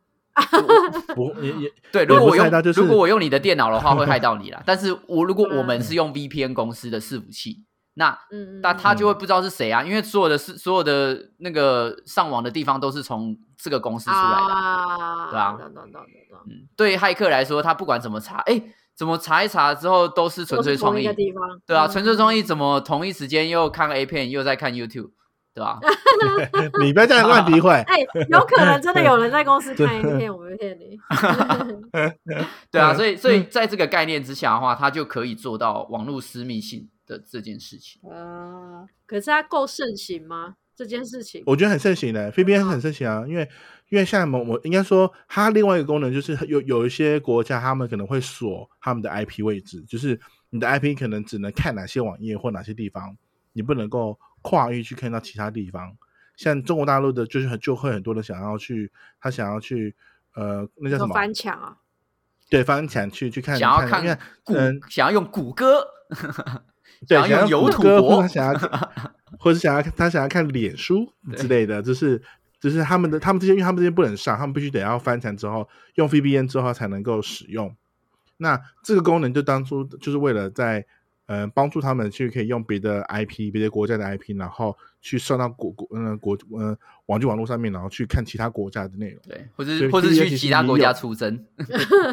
Speaker 1: 不也也
Speaker 3: <laughs> 对，
Speaker 1: 也
Speaker 3: 如果
Speaker 1: 不
Speaker 3: 我
Speaker 1: 是害
Speaker 3: 用
Speaker 1: 到就是
Speaker 3: 如果我用你的电脑的话，会害到你啦。但是我如果我
Speaker 1: 嗯
Speaker 3: 们是用 VPN 公司的伺服器，那
Speaker 2: 嗯，
Speaker 3: 那他就会
Speaker 1: 嗯
Speaker 3: 不知道是谁啊，因为所有的是所有的那个上网的地方都是从这个公司
Speaker 2: 出
Speaker 3: 出来的啊。
Speaker 2: 啊，
Speaker 3: 对啊
Speaker 2: 懂懂懂懂懂，
Speaker 3: 嗯，对于骇客来说，他不管怎么查，哎，怎么查一查之后都是纯
Speaker 2: 都
Speaker 3: 粹
Speaker 2: 是同
Speaker 3: 创
Speaker 2: 一
Speaker 3: 意
Speaker 2: 个，地方，嗯
Speaker 3: 对啊，纯粹创
Speaker 2: 意，，
Speaker 3: 意怎么同一时间又看 A 片又在看 YouTube，对啊吧、
Speaker 1: 你不要这样乱诋毁
Speaker 2: 哎、有可能真的有人在公司看 A 片，我没
Speaker 1: <laughs>
Speaker 2: 骗你，
Speaker 3: 对啊，
Speaker 1: 嗯
Speaker 3: 所以所以在这个概念之下的话，他就可以做到网络私密性的这件事情。
Speaker 1: 呃
Speaker 2: 啊，可是它够盛行吗？这件事情，
Speaker 1: 我觉得很盛行
Speaker 3: 嗯
Speaker 1: 的，VPN 很盛行啊，因为因为现在某某应该说它另外一个功能就是有有一些国家他们可能会锁他们的 IP 位置，就是你的 IP 可能只能看哪些网页或哪些地方，你不能够跨域去看到其他地方。像中国大陆的，就是很就会很多人想要去，他想要去，呃，那叫什
Speaker 2: 说
Speaker 1: 么？
Speaker 2: 翻墙啊，
Speaker 1: 对翻墙去去看，
Speaker 3: 想要
Speaker 1: 因为
Speaker 3: 看谷
Speaker 1: 嗯，
Speaker 3: 想要用谷歌， <laughs>
Speaker 1: 对，
Speaker 3: 想要
Speaker 1: 谷
Speaker 3: 用油土
Speaker 1: 歌
Speaker 3: 博
Speaker 1: 或他想要看，
Speaker 3: <laughs>
Speaker 1: 或者想要看他想要看脸书
Speaker 3: 对
Speaker 1: 之类的，就是就是他们的他们这些，因为他们这些不能上，他们必须得要翻墙之后用 VPN 之后才能够使用。那这个功能就当初就是为了在呃帮助他们去可以用别的 IP、别的国家的 IP，然后去上到国国嗯、国嗯、网际网络上面，然后去看其他国家的内容。
Speaker 3: 对，或是
Speaker 1: 对
Speaker 3: 或是
Speaker 1: 这个
Speaker 3: 去
Speaker 1: 其实
Speaker 3: 其他
Speaker 1: 也
Speaker 3: 国家
Speaker 1: 有
Speaker 3: 出征，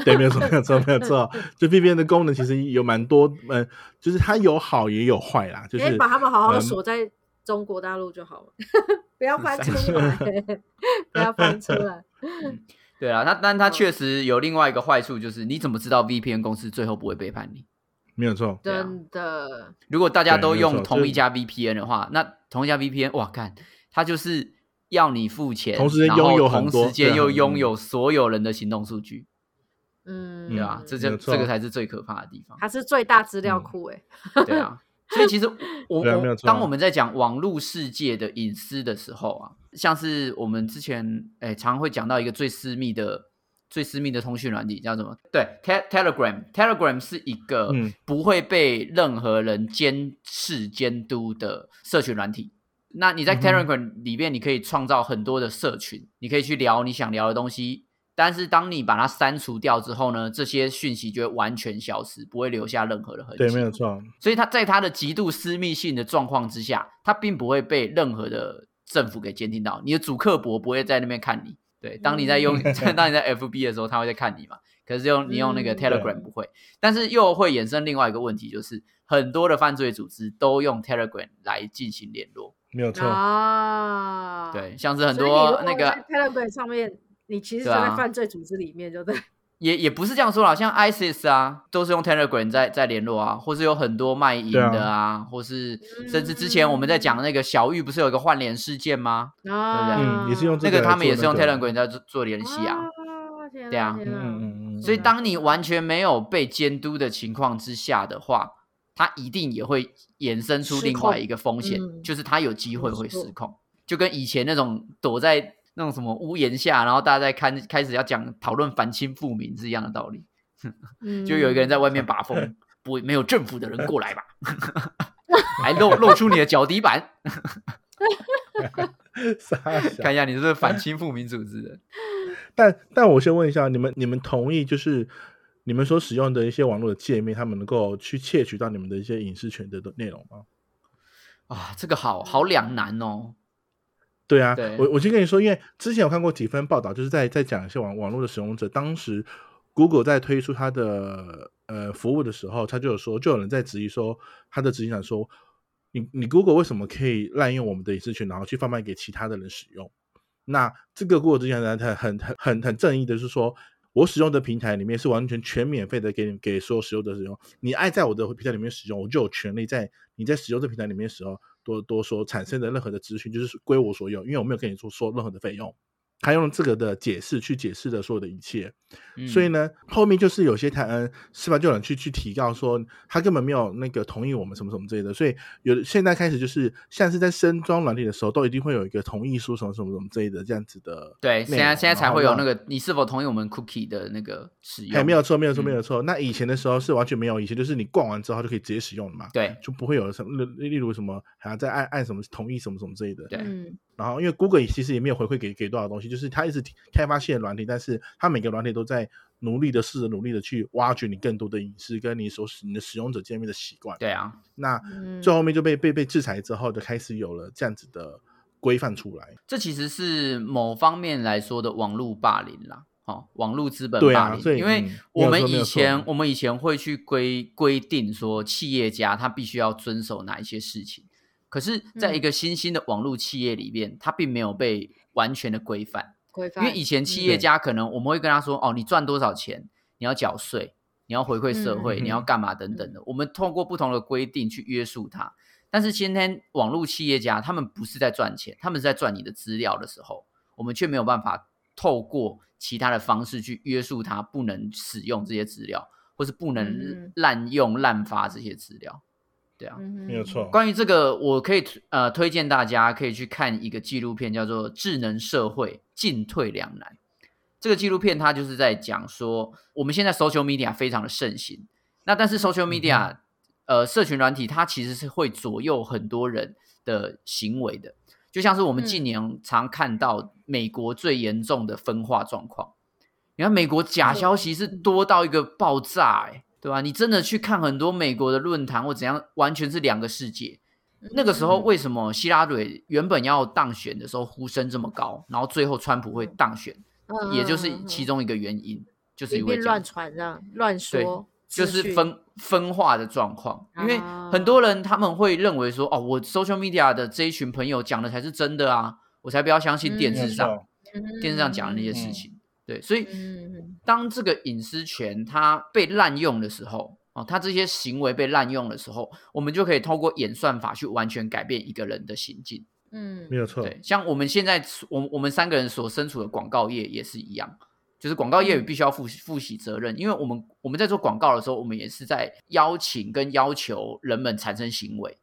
Speaker 1: 对，没有错，没有错，没有
Speaker 3: <laughs>
Speaker 1: 错。就 VPN 的功能其实有蛮多，嗯、就是它有好也有坏啦，就
Speaker 2: 你
Speaker 1: 是、
Speaker 2: 哎把他们好好的
Speaker 1: 嗯
Speaker 2: 锁在中国大陆就好
Speaker 1: <laughs>
Speaker 2: 了，不要翻出 <laughs> 来，不要翻出来。
Speaker 3: 对啊，那但它
Speaker 2: 嗯
Speaker 3: 确实有另外一个坏处，就是你怎么知道 VPN 公司最后不会背叛你？
Speaker 1: 没有错。
Speaker 3: <laughs> 对啊
Speaker 2: 真的，
Speaker 3: 如果大家
Speaker 1: 对
Speaker 3: 都
Speaker 1: 没有错
Speaker 3: 用同
Speaker 1: 这
Speaker 3: 一家 VPN 的话，那同一家 VPN，哇，看它就是要你付钱，
Speaker 1: 同时间
Speaker 3: 然后
Speaker 1: 拥有很
Speaker 3: 同
Speaker 1: 多
Speaker 3: 时间
Speaker 1: 对嗯
Speaker 3: 又
Speaker 1: 很
Speaker 3: 拥有所有人的行动数据，
Speaker 2: 嗯，
Speaker 3: 对啊，这这
Speaker 1: 没错
Speaker 3: 这个才是最可怕的地方。
Speaker 2: 它是最大资料库哎、
Speaker 3: 对啊，所
Speaker 1: <laughs>
Speaker 3: 以其实我我
Speaker 1: 对啊没有
Speaker 3: 我
Speaker 1: 错啊
Speaker 3: 当我们在讲网络世界的隐私的时候啊，像是我们之前哎、常会讲到一个最私密的。最私密的通讯软体叫什么？对，Te-，Telegram，Telegram 是一个
Speaker 1: 嗯
Speaker 3: 不会被任何人监视监督的社群软体。那你在
Speaker 1: 嗯哼
Speaker 3: Telegram 里面，你可以创造很多的社群，你可以去聊你想聊的东西。但是当你把它删除掉之后呢，这些讯息就会完全消失，不会留下任何的痕迹。
Speaker 1: 对，没有错，
Speaker 3: 所以它在它的极度私密性的状况之下，它并不会被任何的政府给监听到。你的主客博不会在那边看你，对，当你在用、
Speaker 1: 嗯
Speaker 3: <laughs>
Speaker 1: <laughs>
Speaker 3: 当你在 FB 的时候，他会在看你嘛。可是用你用那个
Speaker 2: 嗯
Speaker 3: Telegram 不会，但是又会衍生另外一个问题，就是很多的犯罪组织都用 Telegram 来进行联络。
Speaker 1: 没有错，
Speaker 2: 啊，
Speaker 3: 对，像是很
Speaker 2: 所以你如
Speaker 3: 多
Speaker 2: 果
Speaker 3: 那个
Speaker 2: 在 Telegram 上面，你其实是
Speaker 3: 对啊
Speaker 2: 在犯罪组织里面，就对。
Speaker 3: 也也不是这样说啦，像 ISIS 啊，都是用 Telegram 在在联络啊，或是有很多卖淫
Speaker 1: 对啊
Speaker 3: 的啊，或是
Speaker 2: 嗯
Speaker 3: 甚至之前我们在讲那个小玉不是有一个换脸事件吗？
Speaker 2: 啊，
Speaker 1: 嗯，也是用这
Speaker 3: 那个
Speaker 1: 来
Speaker 3: 他们
Speaker 1: 做
Speaker 3: 也是用
Speaker 1: 那个
Speaker 3: Telegram 在做做联系啊。
Speaker 2: 啊，天
Speaker 3: 对啊
Speaker 2: 天
Speaker 1: 嗯嗯嗯嗯，
Speaker 3: 所以当你完全没有被监督的情况之下的话，它一定也会衍生出
Speaker 2: 失
Speaker 3: 另
Speaker 2: 控
Speaker 3: 外一个风险，
Speaker 2: 嗯
Speaker 3: 就是它有机会会
Speaker 2: 没错
Speaker 3: 失控，就跟以前那种躲在那种什么屋檐下，然后大家在看开始要讲讨论反清复明是一样的道理。
Speaker 2: 嗯
Speaker 3: 就有一个人在外面把风，不没有政府的人过
Speaker 1: <laughs>
Speaker 3: 来吧，还露露出你的脚底板， <laughs>
Speaker 1: 傻小
Speaker 3: 看一下你是不是
Speaker 1: <laughs>
Speaker 3: 反清复明组织的。
Speaker 1: 但但我先问一下，你们你们同意就是你们所使用的一些网络的界面，他们能够去窃取到你们的一些隐私权的内容吗？
Speaker 3: 啊，这个好好两难哦。
Speaker 1: 对啊，
Speaker 3: 对
Speaker 1: 我我先跟你说，因为之前有看过几份报道，就是在在讲一些网网络的使用者，当时 Google 在推出它的呃服务的时候，他就有说，就有人在质疑说，他的执行长说，你你 Google 为什么可以滥用我们的隐私权，然后去贩卖给其他的人使用？那这个 Google 执行长他很很很很正义的是说。我使用的平台里面是完全全免费的，给你给所有使用者使用。你爱在我的平台里面使用，我就有权利在你在使用这平台里面时候多多说产生的任何的资讯，就是归我所有，因为我没有跟你说说任何的费用。他用这个的解释去解释了所有的一切，
Speaker 3: 嗯
Speaker 1: 所以呢，后面就是有些台恩是吧，就有人去去提告说他根本没有那个同意我们什么什么之类的，所以有的现在开始就是像是在升装软体的时候，都一定会有一个同意书什么什么什么之类的这样子的内
Speaker 3: 对，
Speaker 1: 容。
Speaker 3: 现在现在才
Speaker 1: 然后
Speaker 3: 会有
Speaker 1: 让
Speaker 3: 那个你是否同意我们 cookie 的那个使用？
Speaker 1: 哎，没有错，没有错，
Speaker 3: 嗯
Speaker 1: 没有错。那以前的时候是完全没有，以前就是你逛完之后就可以直接使用了嘛，
Speaker 3: 对
Speaker 1: 就不会有什么例例如什么还要再按按什么同意什么什么之类的。
Speaker 3: 对
Speaker 2: 嗯
Speaker 1: 然后因为 Google 也其实也没有回馈给给多少东西，就是它一直提开发新的软体，但是它每个软体都在努力的试着努力的去挖掘你更多的隐私跟你所使你的使用者界面的习惯。
Speaker 3: 对啊，
Speaker 1: 那
Speaker 2: 嗯
Speaker 1: 最后面就被被被制裁之后，就开始有了这样子的规范出来。
Speaker 3: 这其实是某方面来说的网络霸凌啦，哦，网络资本
Speaker 1: 对
Speaker 3: 霸
Speaker 1: 啊
Speaker 3: 凌，
Speaker 1: 所以
Speaker 3: 因为
Speaker 1: 嗯
Speaker 3: 我
Speaker 1: 没
Speaker 3: 们
Speaker 1: 有错没
Speaker 3: 以
Speaker 1: 有错
Speaker 3: 前我们以前会去规规定说企业家他必须要遵守哪一些事情，可是在一个新兴的网络企业里面，它并没有被完全的规范，
Speaker 2: 规
Speaker 3: 因
Speaker 2: 范，
Speaker 3: 为以前企
Speaker 1: 嗯
Speaker 3: 业
Speaker 1: 对
Speaker 3: 家可能我们会跟他说，哦，你赚多少钱，你要缴税，你要回馈社会，
Speaker 1: 嗯
Speaker 3: 你要干嘛等等的，我们透过不同的规定去约束它。但是今天网络企业家他们不是在赚钱，他们是在赚你的资料的时候，我们却没有办法透过其他的方式去约束他不能使用这些资料，或是不能
Speaker 2: 嗯
Speaker 3: 滥用滥发这些资料。对啊，
Speaker 2: 嗯哼
Speaker 1: 没有错，
Speaker 3: 关于这个，我可以推呃推荐大家可以去看一个纪录片，叫做《智能社会进退两难》。这个纪录片它就是在讲说，我们现在 social media 非常的盛行，那但是 social media、呃社群软体它其实是会左右很多人的行为的，就像是我们
Speaker 2: 嗯
Speaker 3: 近年常看到美国最严重的分化状况。你看美国假消息是多到一个爆炸、欸，对吧、你真的去看很多美国的论坛或怎样，完全是两个世界。那个时
Speaker 2: 嗯
Speaker 3: 候为什么希拉蕊原本要当选的时候呼声这么高，然后最后川普会当选，
Speaker 2: 嗯
Speaker 3: 也就是其中一个原因，就是
Speaker 2: 一
Speaker 3: 因为
Speaker 2: 边
Speaker 3: 这样
Speaker 2: 乱传这样乱说，
Speaker 3: 就
Speaker 2: 资
Speaker 3: 是
Speaker 2: 讯
Speaker 3: 分分化的状况，因为
Speaker 2: 啊
Speaker 3: 很多人他们会认为说，哦，我 social media 的这一群朋友讲的才是真的啊，我才不要相信电
Speaker 1: 没
Speaker 3: 视
Speaker 1: 有
Speaker 3: 上、
Speaker 1: 错，
Speaker 3: 电视上讲的那些事情。对，所以
Speaker 2: 嗯嗯
Speaker 3: 当这个隐私权它被滥用的时候，哦，它这些行为被滥用的时候，我们就可以透过演算法去完全改变一个人的行径。
Speaker 2: 嗯
Speaker 1: 没有错，
Speaker 3: 对，像我们现在所，我我们三个人所身处的广告业也是一样，就是广告业
Speaker 1: 嗯
Speaker 3: 务必须要负负起责任，因为我们我们在做广告的时候，我们也是在邀请跟要求人们产生行为，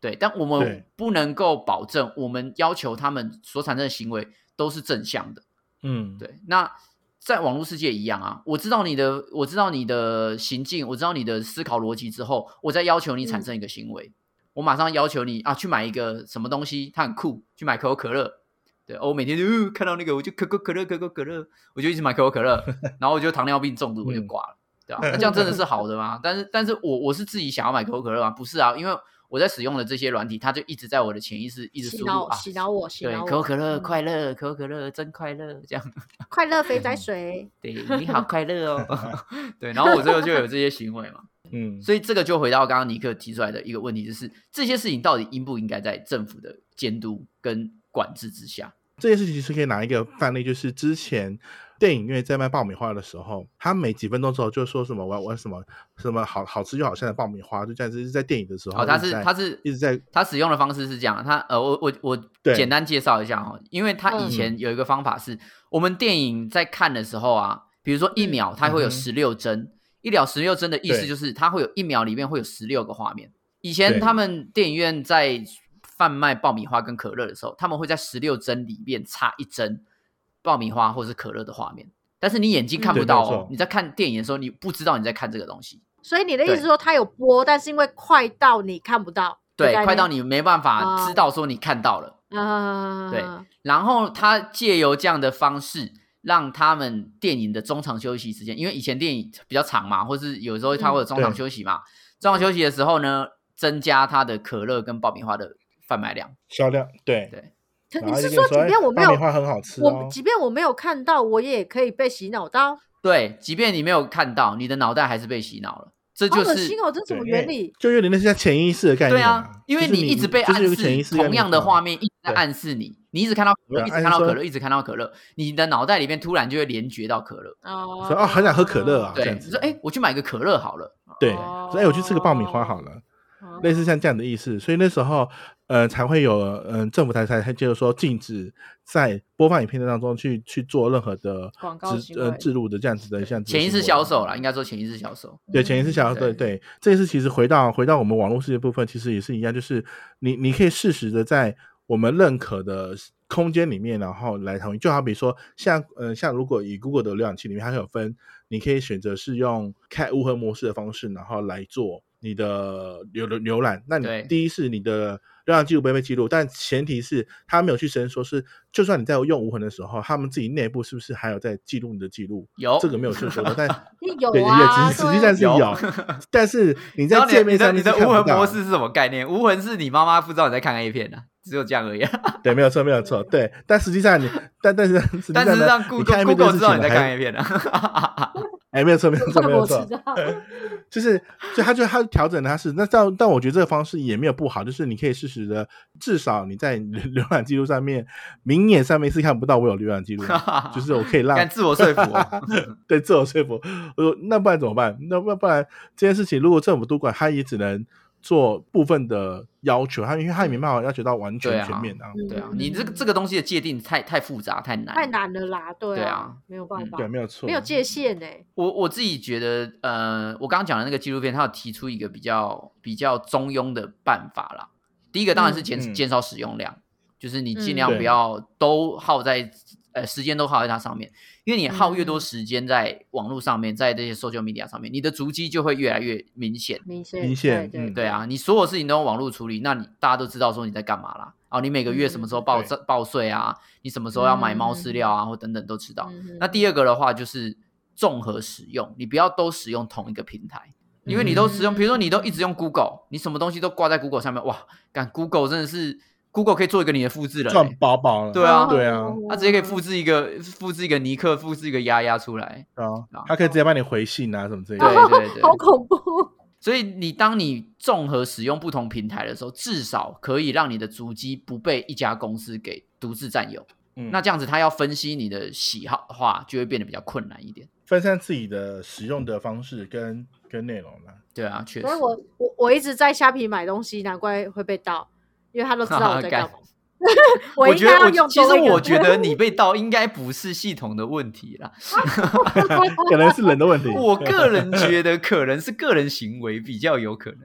Speaker 3: 对，但我们
Speaker 1: 对
Speaker 3: 不能够保证我们要求他们所产生的行为都是正向的。
Speaker 1: 嗯，
Speaker 3: 对，那在网络世界一样啊，我知道你的，我知道你的行径，我知道你的思考逻辑之后，我再要求你
Speaker 2: 嗯
Speaker 3: 产生一个行为，我马上要求你啊，去买一个什么东西，它很酷，去买可口可乐。对，哦我每天就、呃看到那个，我就可口可乐，可口可乐，我就一直买可口可乐，然后我就糖尿病中毒，我就
Speaker 1: 嗯
Speaker 3: 挂了，
Speaker 2: <laughs>
Speaker 3: 对啊吧、那这样真的是好的吗？但是，但是我我是自己想要买可口可乐吗？不是啊，因为我在使用的这些软体，它就一直在我的潜意识一直
Speaker 2: 洗
Speaker 3: 输入
Speaker 2: 脑
Speaker 3: 啊，
Speaker 2: 洗脑我，洗
Speaker 3: 对，
Speaker 2: 脑我。
Speaker 3: 可口可乐
Speaker 2: 嗯
Speaker 3: 快乐，可口可乐真快乐，这样。
Speaker 2: 快乐肥
Speaker 3: <laughs>
Speaker 2: 仔水，
Speaker 3: 对，你好快乐
Speaker 1: <laughs>
Speaker 3: 哦。对，然后我最后就有这些行为嘛，
Speaker 1: 嗯，
Speaker 3: 所以这个就回到刚刚尼克提出来的一个问题，就是这些事情到底应不应该在政府的监督跟管制之下？
Speaker 1: 这件事情其实可以拿一个范例，就是之前电影院在卖爆米花的时候，他每几分钟之后就说什么我要我要什么什么好好吃又好香的爆米花，就这样子，就是在电影的时候
Speaker 3: 哦，
Speaker 1: 一直在，
Speaker 3: 他是他是
Speaker 1: 一直在
Speaker 3: 他使用的方式是这样，他呃，我我我
Speaker 1: 对
Speaker 3: 简单介绍一下哦，因为他以前
Speaker 1: 嗯
Speaker 3: 有一个方法是，我们电影在看的时候啊，比如说一秒它会有
Speaker 1: 嗯哼
Speaker 3: 十六帧，一秒十六帧的意思
Speaker 1: 对
Speaker 3: 就是它会有一秒里面会有十六个画面。以前
Speaker 1: 对
Speaker 3: 他们电影院在贩卖爆米花跟可乐的时候，他们会在十六帧里面插一帧爆米花或是可乐的画面，但是你眼睛看不
Speaker 1: 嗯对
Speaker 3: 到
Speaker 1: 没
Speaker 3: 哦
Speaker 1: 错，
Speaker 3: 你在看电影的时候你不知道你在看这个东西。
Speaker 2: 所以你的意
Speaker 3: 对
Speaker 2: 思是说它有播，但是因为快到你看不到，
Speaker 3: 对
Speaker 2: 的概，念
Speaker 3: 快到，你没办法
Speaker 1: 啊
Speaker 2: 哦
Speaker 3: 知道说你看到了，
Speaker 2: 啊，
Speaker 3: 对然后他借由这样的方式，让他们电影的中场休息时间，因为以前电影比较长嘛，或是有时候他会有中场
Speaker 1: 嗯对
Speaker 3: 休息嘛。中场休息的时候呢，增加他的可乐跟爆米花的贩卖量。
Speaker 1: 销量，对，
Speaker 3: 对
Speaker 2: 可
Speaker 1: 然
Speaker 2: 你
Speaker 1: 后
Speaker 2: 是
Speaker 1: 就跟
Speaker 2: 说，
Speaker 1: 你
Speaker 2: 即便我没
Speaker 1: 哎
Speaker 2: 有
Speaker 1: 爆米，花很好吃
Speaker 2: 我
Speaker 1: 哦，
Speaker 2: 即便我没有看到，我也可以被洗脑到？
Speaker 3: 对，即便你没有看到，你的脑袋还是被洗脑了。这
Speaker 2: 好
Speaker 3: 就
Speaker 2: 恶
Speaker 3: 是
Speaker 2: 心哦，这什
Speaker 1: 对
Speaker 2: 么
Speaker 1: 因为
Speaker 2: 原理？
Speaker 1: 就有点类似像潜意识的概
Speaker 3: 对
Speaker 1: 念、
Speaker 3: 啊，因
Speaker 1: 就
Speaker 3: 为
Speaker 1: 是
Speaker 3: 你
Speaker 1: 你
Speaker 3: 一直被
Speaker 1: 就是
Speaker 3: 暗
Speaker 1: 有个潜意识，
Speaker 3: 示同样的画
Speaker 1: 面，
Speaker 3: 面一直在
Speaker 1: 对
Speaker 3: 暗示你，你一直看到可
Speaker 1: 对
Speaker 3: 乐，
Speaker 1: 啊
Speaker 3: 一直看到
Speaker 1: 按说
Speaker 3: 可乐，一直看到可乐，你的脑袋里面突然就会连觉到可乐。
Speaker 2: 哦
Speaker 1: 说啊很想喝可乐啊这
Speaker 3: 对，
Speaker 1: 样
Speaker 3: 你
Speaker 1: 子
Speaker 3: 说哎，我去买个可乐好了。
Speaker 1: 对，
Speaker 2: 哦
Speaker 1: 所以哎我去吃个爆米花好了，
Speaker 2: 哦
Speaker 1: 类似像这样的意思，所以那时候呃才会有嗯、呃政府才才才就是说禁止在播放影片当中去去做任何的
Speaker 2: 广告
Speaker 1: 植
Speaker 2: 行
Speaker 1: 呃
Speaker 2: 为
Speaker 1: 置入的这样子的这样子的
Speaker 3: 潜意
Speaker 1: 行
Speaker 3: 识
Speaker 1: 为
Speaker 3: 销售啦，应该说潜意识销售。
Speaker 1: 对，潜意识
Speaker 2: 嗯
Speaker 1: 想要对对，这个是其实回到回到我们网络世界部分，其实也是一样，就是你你可以适时的在我们认可的空间里面，然后来同意。就好比说像呃像如果以 Google 的浏览器里面，它会有分，你可以选择是用开无痕模式的方式，然后来做你的浏浏浏览。那你
Speaker 3: 对
Speaker 1: 第一是你的浏览记录不会被记录，但前提是它没有去伸缩，是就算你在用无痕的时候，他们自己内部是不是还有在记录你的记录？
Speaker 3: 有
Speaker 1: 这个没有伸缩的，但
Speaker 2: 有
Speaker 1: 对，也
Speaker 2: 啊，
Speaker 1: 实实际上是
Speaker 3: 有
Speaker 1: 有，
Speaker 3: <laughs>
Speaker 1: 但是你
Speaker 3: 哦然
Speaker 1: 在
Speaker 3: 后你
Speaker 1: 界面
Speaker 3: 你的
Speaker 1: 上面
Speaker 3: 你
Speaker 1: 是
Speaker 3: 的
Speaker 1: 看
Speaker 3: 无
Speaker 1: 不
Speaker 3: 痕
Speaker 1: 到
Speaker 3: 模，式是什么概念？无痕是你妈妈不知道你在看 A 片啊，只有这样而已啊。
Speaker 1: <laughs> 对，没有错，没有错，对。但实际上你，但但是实际
Speaker 3: 但是
Speaker 1: 上呢
Speaker 3: 让，
Speaker 1: 你看一
Speaker 3: Google
Speaker 1: 遍这
Speaker 3: Google
Speaker 1: 事
Speaker 3: 知道你
Speaker 1: 情
Speaker 3: 在看
Speaker 1: 还
Speaker 3: A 片啊。
Speaker 1: 哎，没有错，没有错，没有
Speaker 2: 我知
Speaker 3: <laughs>
Speaker 1: 错，
Speaker 2: 道，
Speaker 1: 就是所以他就他调整了他是那但但我觉得这个方式也没有不好，就是你可以适时的，至少你在浏览记录上面，明眼上面是看不到我有浏览记录的，
Speaker 3: <laughs>
Speaker 1: 就是我可以让
Speaker 3: 敢自我说服哦，
Speaker 1: <laughs> 对自我说服。我说那不然怎么办？那不不然这件事情，如果政府督管，他也只能做部分的要求，他因为他也没办法要求到完
Speaker 3: 嗯对
Speaker 1: 全
Speaker 3: 啊
Speaker 1: 全面啊。
Speaker 3: 对啊，你这个这个东西的界定太太复杂太
Speaker 2: 嗯
Speaker 3: 难，
Speaker 2: 太。难了啦，对
Speaker 3: 对
Speaker 2: 啊
Speaker 3: 啊，
Speaker 2: 没有办
Speaker 3: 嗯
Speaker 2: 法
Speaker 1: 对，，没有错，啊
Speaker 2: 没有界限呢。
Speaker 3: 我我自己觉得，呃，我刚刚讲的那个纪录片，它有提出一个比较比较中庸的办法啦。第一个当然是减、
Speaker 1: 嗯
Speaker 3: 减少使用量，就是你尽
Speaker 2: 嗯
Speaker 3: 量不
Speaker 1: 对
Speaker 3: 要都耗在、呃时间都耗在它上面，因为你耗越多
Speaker 2: 嗯
Speaker 3: 时间在网络上面，在这些 social media 上面，你的足迹就会越来越明显。
Speaker 2: 明显，
Speaker 1: 明显
Speaker 2: 对
Speaker 1: 嗯
Speaker 3: 对啊，你所有事情都用网络处理，那你大家都知道说你在干嘛啦。哦，你每个月什么时候报
Speaker 1: 嗯
Speaker 3: 账报税啊？你什么时候要买猫饲料啊，或等等都知道。
Speaker 1: 嗯
Speaker 3: 那第
Speaker 2: 二，
Speaker 3: 二个的话就是综合使用，你不要都使用同一个平台，因为你都使用，
Speaker 2: 嗯
Speaker 3: 比如说你都一直用 Google，你什么东西都挂在 Google 上面，哇，干 Google 真的是 Google 可以做一个你的复制人、
Speaker 1: 赚
Speaker 3: 欸，
Speaker 1: 饱饱了。
Speaker 3: 对啊
Speaker 1: 对啊
Speaker 2: 嗯
Speaker 3: 他直接可以复制一个复制一个尼克，复制一个丫丫
Speaker 1: <laughs>
Speaker 3: 出来。
Speaker 1: 啊
Speaker 3: 啊，
Speaker 1: 他可以直接帮你回信啊，什么之类
Speaker 3: 对
Speaker 1: 的。
Speaker 3: 对
Speaker 2: 嗯
Speaker 3: 对，
Speaker 2: 好恐怖。
Speaker 3: 所以你当你综合使用不同平台的时候，至少可以让你的足迹不被一家公司给独自占有。
Speaker 1: 嗯
Speaker 3: 那这样子，他要分析你的喜好的话，就会变得比较困难一点。
Speaker 1: 分散自己的使用的方式跟跟内容
Speaker 3: <laughs>
Speaker 1: 啦。
Speaker 3: 对啊，确实
Speaker 2: 所
Speaker 3: <laughs>
Speaker 2: 以。我我我一直在虾皮买东西，难怪会被盗，因为他都知道我在干嘛。我
Speaker 3: 我
Speaker 2: 应
Speaker 3: 觉得
Speaker 2: 该要
Speaker 3: 我
Speaker 2: 用
Speaker 3: 其实
Speaker 2: 多一个
Speaker 1: <laughs>
Speaker 3: 我觉得你被盗应该不是系统的问题啦，
Speaker 1: 可能是人的问题。
Speaker 3: <laughs> 我个人觉得可能是个人行为比较有可能。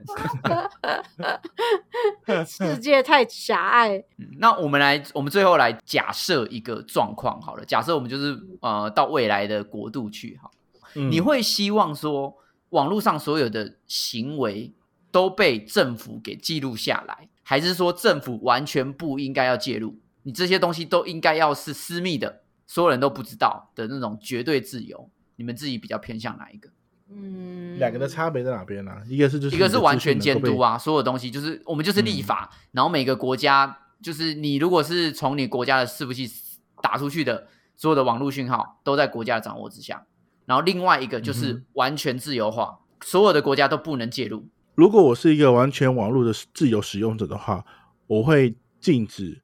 Speaker 2: 世界太狭隘，
Speaker 3: 嗯那我们来，我们最后来假设一个状况好了，假设我们就是呃到未来的国度去好，
Speaker 1: 嗯
Speaker 3: 你会希望说网络上所有的行为都被政府给记录下来，还是说政府完全不应该要介入？你这些东西都应该要是私密的，所有人都不知道的那种绝对自由，你们自己比较偏向哪一个？
Speaker 2: 嗯，
Speaker 1: 两个的差别在哪边呢、啊一个是就是
Speaker 3: 一个
Speaker 1: 你
Speaker 3: 是
Speaker 1: 的
Speaker 3: 完
Speaker 1: 资讯
Speaker 3: 全
Speaker 1: 能
Speaker 3: 监
Speaker 1: 够被嗯
Speaker 3: 督，啊，所有东西就是我们就是立法，然后每个国家就是你如果是从你国家的伺服器打出去的所有的网络讯号都在国家的掌握之下，然后另外一个
Speaker 1: 嗯
Speaker 3: 就是完全自由化，所有的国家都不能介入。
Speaker 1: 如果我是一个完全网络的自由使用者的话，我会禁止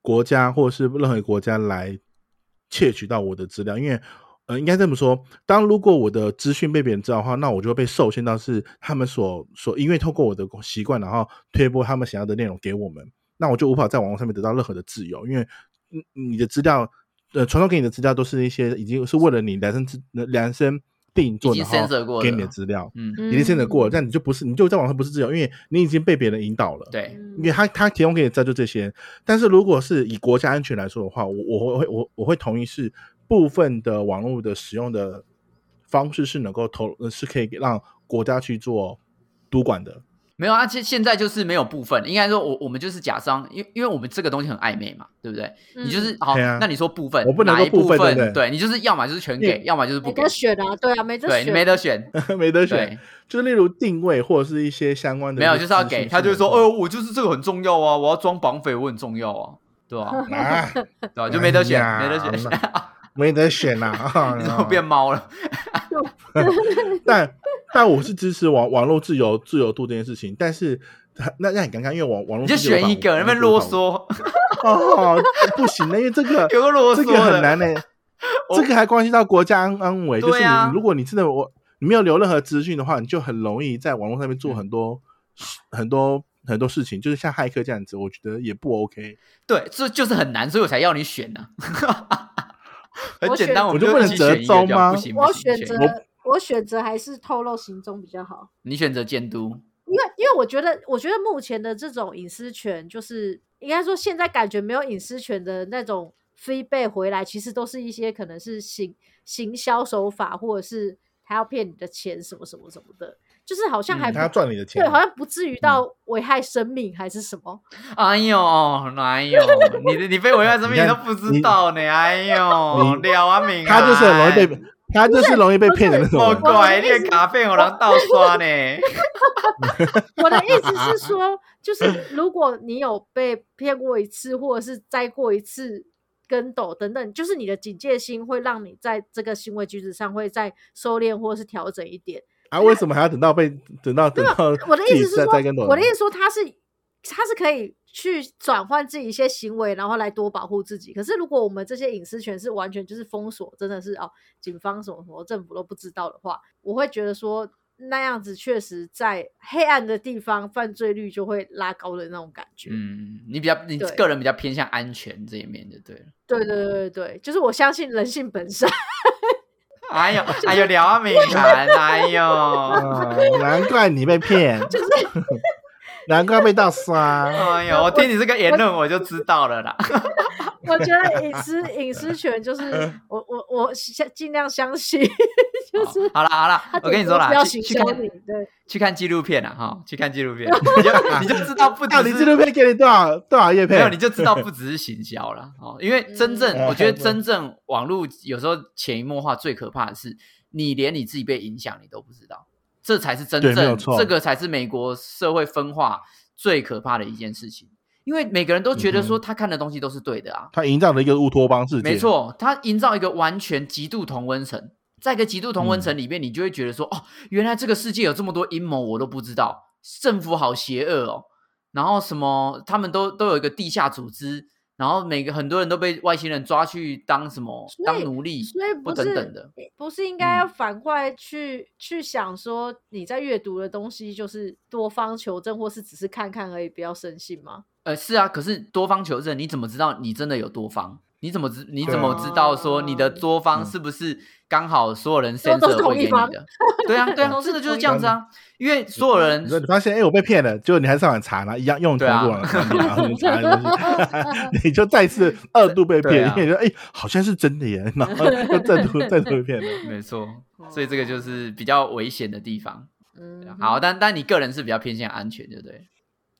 Speaker 1: 国家或是任何国家来窃取到我的资料，因为。呃，应该这么说，当如果我的资讯被别人知道的话，那我就会被受限到是他们所所，因为透过我的习惯，然后推播他们想要的内容给我们，那我就无法在网络上面得到任何的自由，因为你你的资料，呃，传送给你的资料都是一些已经是为了你量身制量身定做，
Speaker 3: 已经
Speaker 1: 然后
Speaker 3: censor 过
Speaker 1: 给
Speaker 3: 的
Speaker 1: 你的
Speaker 3: 了
Speaker 1: 资料，
Speaker 3: 嗯，
Speaker 2: 嗯
Speaker 1: 已经审得过了，但你就不是，你就在网上不是自由，因为你已经被别人引导了。，
Speaker 2: 嗯
Speaker 3: 对，
Speaker 1: 因为他他提供给你的资料就这些，但是如果是以国家安全来说的话，我我会我我会同意是部分的网络的使用的方式是能够投呃是可以让国家去做督管的。 <laughs>
Speaker 3: 没有啊，现现在就是没有部分，应该说我我们就是假装，因为因为我们这个东西很暧昧嘛，对不对？
Speaker 2: 嗯
Speaker 3: 你就是好，
Speaker 1: 对啊
Speaker 3: 那你说部分，
Speaker 1: 我不能
Speaker 3: 哪
Speaker 1: 说
Speaker 3: 一
Speaker 1: 部
Speaker 3: 部
Speaker 1: 分对
Speaker 3: 分，
Speaker 1: 不对
Speaker 3: 你就是要么就是全
Speaker 1: 因为
Speaker 3: 给，要么就是不
Speaker 2: 没
Speaker 3: 给
Speaker 2: 得，选啊，对啊，没得
Speaker 3: 对
Speaker 2: 选，
Speaker 3: 你没得选，
Speaker 1: 没得选，
Speaker 3: 对。
Speaker 1: 就是例如定位或者是一些相关的
Speaker 3: 没有，就是要
Speaker 1: 资讯
Speaker 3: 给他，就是说，
Speaker 1: 能够
Speaker 3: 哦、我就是这个很重要啊，我要装绑匪，我很重要啊，对吧、
Speaker 2: <laughs>
Speaker 3: 啊？
Speaker 1: 啊，
Speaker 3: 对吧、就没得选，
Speaker 1: 哎呀
Speaker 3: 没得选，
Speaker 1: 没得选
Speaker 3: <laughs>
Speaker 1: 呐、啊，
Speaker 3: 你怎么变猫了？
Speaker 1: 但但我是支持网网络自由自由度这件事情，但是那那很尴尬，因为网网络
Speaker 3: 你就
Speaker 1: 自由
Speaker 3: 选
Speaker 1: 法
Speaker 3: 一个，
Speaker 1: 我
Speaker 3: 那边啰嗦，
Speaker 1: 哦，不行的，因为这
Speaker 3: <laughs>
Speaker 1: 个
Speaker 3: 有个啰
Speaker 1: 这
Speaker 3: 嗦
Speaker 1: 个很
Speaker 3: 的，
Speaker 1: 难呢、 <laughs>
Speaker 3: 我
Speaker 1: 这个还关系到国家安安危，就是
Speaker 3: 对啊
Speaker 1: 你如果你真的我你没有留任何资讯的话，你就很容易在网络上面
Speaker 3: 嗯
Speaker 1: 做很多、很多很多事情，就是像骇客这样子，我觉得也不 OK。
Speaker 3: 对，这就是很难，所以我才要你选
Speaker 2: <laughs>
Speaker 3: 呢、很
Speaker 2: 我选
Speaker 3: 简单，们
Speaker 1: 我就不能
Speaker 3: 一起选一
Speaker 1: 折
Speaker 3: 个
Speaker 1: 中
Speaker 3: 就好，
Speaker 1: 吗
Speaker 3: 不行，不
Speaker 2: 我
Speaker 3: 行
Speaker 2: 选
Speaker 3: 你
Speaker 2: 择
Speaker 3: 选
Speaker 2: 我选择还是透露行踪比较好。
Speaker 3: 你选择监督，
Speaker 2: 因为因为我觉得，我觉得目前的这种隐私权，就是应该说现在感觉没有隐私权的那种 feedback 回来，其实都是一些可能是行行销手法，或者是他要骗你的钱什么什么什么的，就是好像还
Speaker 3: 嗯
Speaker 2: 不、
Speaker 1: 他要赚你的钱
Speaker 2: 对，，好像不至于到危害生命还是什么。
Speaker 3: 哎呦，哪有你的你被危害生命你
Speaker 1: 你看
Speaker 3: 都不知道呢，哎呦，
Speaker 1: 你
Speaker 3: 廖阿敏，
Speaker 1: 他就是很容易
Speaker 3: 哎
Speaker 1: 被。他就是容易被骗的那种
Speaker 3: 莫
Speaker 1: 人。啊
Speaker 3: 怪你的咖啡我人盗刷呢。
Speaker 2: 我的意思是说，就是如果你有被骗过一次，或者是栽过一次跟斗等等，就是你的警戒心会让你在这个行为举止上会再收敛或是调整一点。
Speaker 1: 啊，为什么还要等到被等到等到
Speaker 2: 我的
Speaker 1: 自
Speaker 2: 意
Speaker 1: 己
Speaker 2: 思是
Speaker 1: 再
Speaker 2: 说
Speaker 1: 再跟，懂
Speaker 2: 我的意思说他是他是可以去转换自己一些行为，然后来多保护自己。可是如果我们这些隐私权是完全就是封锁，真的是哦，警方什么什么政府都不知道的话，我会觉得说那样子确实在黑暗的地方犯罪率就会拉高的那种感觉。
Speaker 3: 嗯，你比较你
Speaker 2: 对
Speaker 3: 个人比较偏向安全这一面就
Speaker 2: <laughs>
Speaker 3: 对了。
Speaker 2: 对对对对对，就是我相信人性本
Speaker 3: <laughs>
Speaker 2: 善。
Speaker 3: 哎呦，哎呦，聊啊美男，哎呦，
Speaker 1: 啊，难怪你被骗， <laughs> 难怪被盗刷。
Speaker 3: <laughs> 哎呦，我听你这个言论我就知道了啦。
Speaker 2: 我觉得隐私隐私权
Speaker 3: <laughs>
Speaker 2: 就是我我我相尽量相信， <laughs> 就是
Speaker 3: 哦好啦好啦
Speaker 2: 他，
Speaker 3: 我跟你
Speaker 2: 顶
Speaker 3: 说
Speaker 2: 多 <laughs>
Speaker 3: 啦
Speaker 2: 不，要
Speaker 3: 去
Speaker 2: 行
Speaker 3: 去
Speaker 2: 销
Speaker 3: 看
Speaker 2: 你，对。
Speaker 3: 去看纪录片啦，哈，去看纪
Speaker 2: <laughs>
Speaker 3: 录片，你就你就知道不
Speaker 1: 到
Speaker 3: 只
Speaker 1: 底纪
Speaker 3: 是
Speaker 1: 录片给你多少多少月
Speaker 3: 没有
Speaker 1: 配
Speaker 3: 你？就知道不只是行销啦。
Speaker 1: <laughs>
Speaker 3: 哦，因为真正
Speaker 1: 嗯
Speaker 3: 我觉得真正网络有时候潜移默化最可怕的是，你连你自己被影响你都不知道，这才是真
Speaker 1: 对没有
Speaker 3: 正
Speaker 1: 错
Speaker 3: 这个才是美国社会分化最可怕的一件事情，因为每个人都觉得
Speaker 1: 嗯
Speaker 3: 说他看的东西都是对的啊，
Speaker 1: 他营造了一个乌托邦世界，
Speaker 3: 没，错，他营造一个完全极度同温层，在一个极度同温
Speaker 1: 嗯
Speaker 3: 层里面，你就会觉得说，哦，原来这个世界有这么多阴谋，我都不知道，政府好邪恶哦。然后什么，他们都都有一个地下组织，然后每个很多人都被外星人抓去当什么
Speaker 2: 所以
Speaker 3: 当奴隶，
Speaker 2: 所以
Speaker 3: 不
Speaker 2: 不是
Speaker 3: 等等的。
Speaker 2: 不是应该
Speaker 3: 嗯
Speaker 2: 要反过来去、去想说，你在阅读的东西就是多方求证，或是只是看看而已，不要深信吗？
Speaker 3: 呃，是啊，可是多方求证，你怎么知道你真的有多方？你怎么知你怎么
Speaker 1: 对啊
Speaker 3: 知道说你的多方
Speaker 1: 嗯
Speaker 3: 是不是刚好所有人
Speaker 2: 都都是
Speaker 3: sensor
Speaker 2: 同
Speaker 3: 会
Speaker 2: 一
Speaker 3: 给你
Speaker 2: 方
Speaker 3: 的？对啊，对啊，
Speaker 2: <laughs> 都是
Speaker 3: 真的就是
Speaker 2: 同一
Speaker 3: 这样子啊，因为所有人
Speaker 1: 你说你发现哎、我被骗了，结果你还上网查，然后一样用同
Speaker 3: 对啊
Speaker 1: 步网
Speaker 3: <laughs>
Speaker 1: 查，然后你查的东西， <laughs> 你就再次二度被
Speaker 3: 对
Speaker 1: 骗，
Speaker 3: 啊
Speaker 1: 因为你说哎、好像是真的耶， <laughs> 然
Speaker 3: <laughs>
Speaker 1: 后又再度再度被骗了。
Speaker 3: 没错，所以这个就是比较危险的地方。对啊
Speaker 2: 哦嗯，
Speaker 3: 好，，但但你个人是比较偏向安全，对不对？